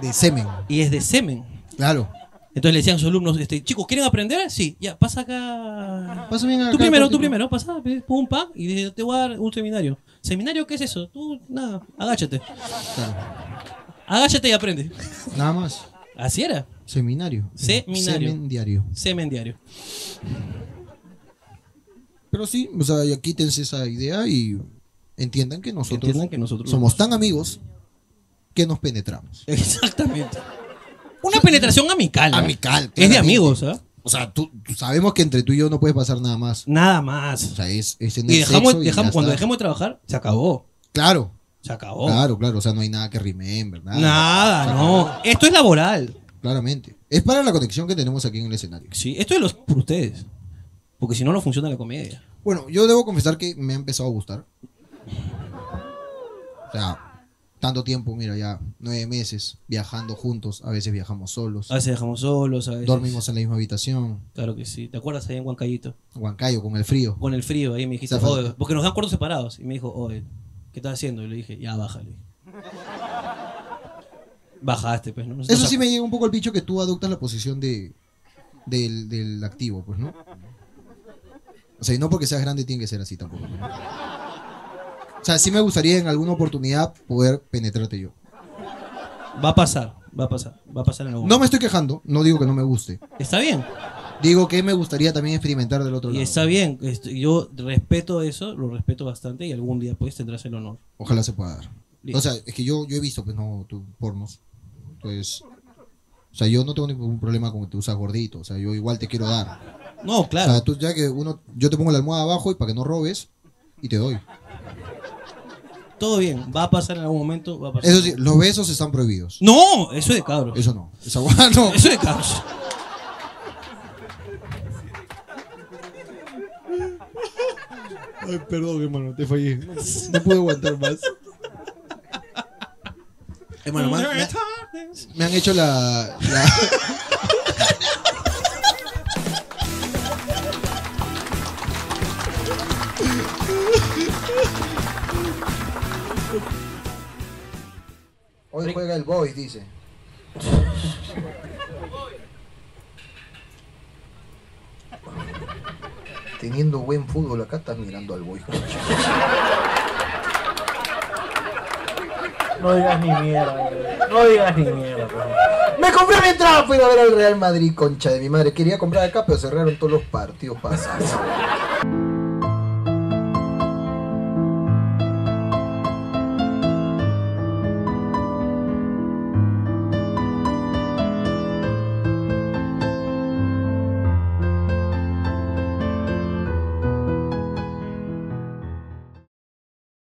De semen.
Y es de semen.
Claro.
Entonces le decían a sus alumnos, este, chicos, ¿quieren aprender? Sí, ya, pasa acá.
Pasa bien acá,
Tú primero, tú
cortito.
primero, pasa, pe, pum, pa, y dice, te voy a dar un seminario. ¿Seminario qué es eso? Tú, nada, agáchate. Agáchate y aprende.
Nada más.
Así era.
Seminario.
Seminario.
Semen diario.
Semen diario.
Pero sí, o sea, ya quítense esa idea y entiendan que nosotros,
Entiendan que nosotros-
somos tan amigos que nos penetramos.
Exactamente. Una penetración amical. ¿ah? Es
Amical.
de
claramente.
amigos, ¿ah?
O sea, tú, tú- sabemos que entre tú y yo no puede pasar nada más.
Nada más.
O sea, es, es en
Y
el
dejamos,
sexo y
dejamos-
ya
cuando
está.
dejemos Oh. de trabajar, se acabó.
Claro.
Se acabó.
Claro, claro. O sea, no hay nada que remember, nada.
Nada, no. Esto es laboral.
Claramente. Es para la conexión que tenemos aquí en el escenario.
Sí, esto es los, por ustedes. Porque si no, no funciona la comedia.
Bueno, yo debo confesar que me ha empezado a gustar. O sea, tanto tiempo, mira, ya nueve meses viajando juntos, a veces viajamos solos.
A veces dejamos solos, a veces.
Dormimos en la misma habitación,
Claro que sí. ¿Te acuerdas ahí en Huancayito?
Huancayo, con el frío.
Con el frío, ahí me dijiste,
Zafar-
"Oye", porque nos dan cuartos separados. Y me dijo, oye, ¿qué estás haciendo? Y le dije, ya, bájale. Bajaste, pues, ¿no?
Eso sí me llega un poco al bicho que tú adoptas la posición de, del, del activo, pues, ¿no? O sea, y no porque seas grande tiene que ser así tampoco. ¿no? O sea, sí me gustaría en alguna oportunidad poder penetrarte yo.
Va a pasar, va a pasar, va a pasar en algún
No me estoy quejando, no digo que no me guste.
Está bien.
Digo que me gustaría también experimentar del otro
Y
lado.
está bien, esto- yo respeto eso, lo respeto bastante y algún día pues tendrás el honor.
Ojalá se pueda dar.
Listo.
O sea, es que yo, yo he visto, pues no, tú, pornos. Entonces, o sea, yo no tengo ningún problema con que te usas gordito. O sea, yo igual te quiero dar.
No, claro.
O sea, tú ya que uno, yo te pongo la almohada abajo y para que no robes y te doy.
Todo bien, va a pasar en algún momento, va a pasar.
Eso sí, los besos están prohibidos.
No, eso es de cabros.
Eso no. Esa hueá no.
Eso es de cabros.
Ay, perdón, hermano, te fallé. No, pude aguantar más. Hermano, me, me- me han hecho la. la-
Hoy juega el Boys, dice. Teniendo buen fútbol acá estás mirando al Boys.
No digas ni mierda. No digas ni mierda.
Me compré mi entrada para ir a ver al Real Madrid, concha de mi madre. Quería comprar acá, pero cerraron todos los partidos pasados.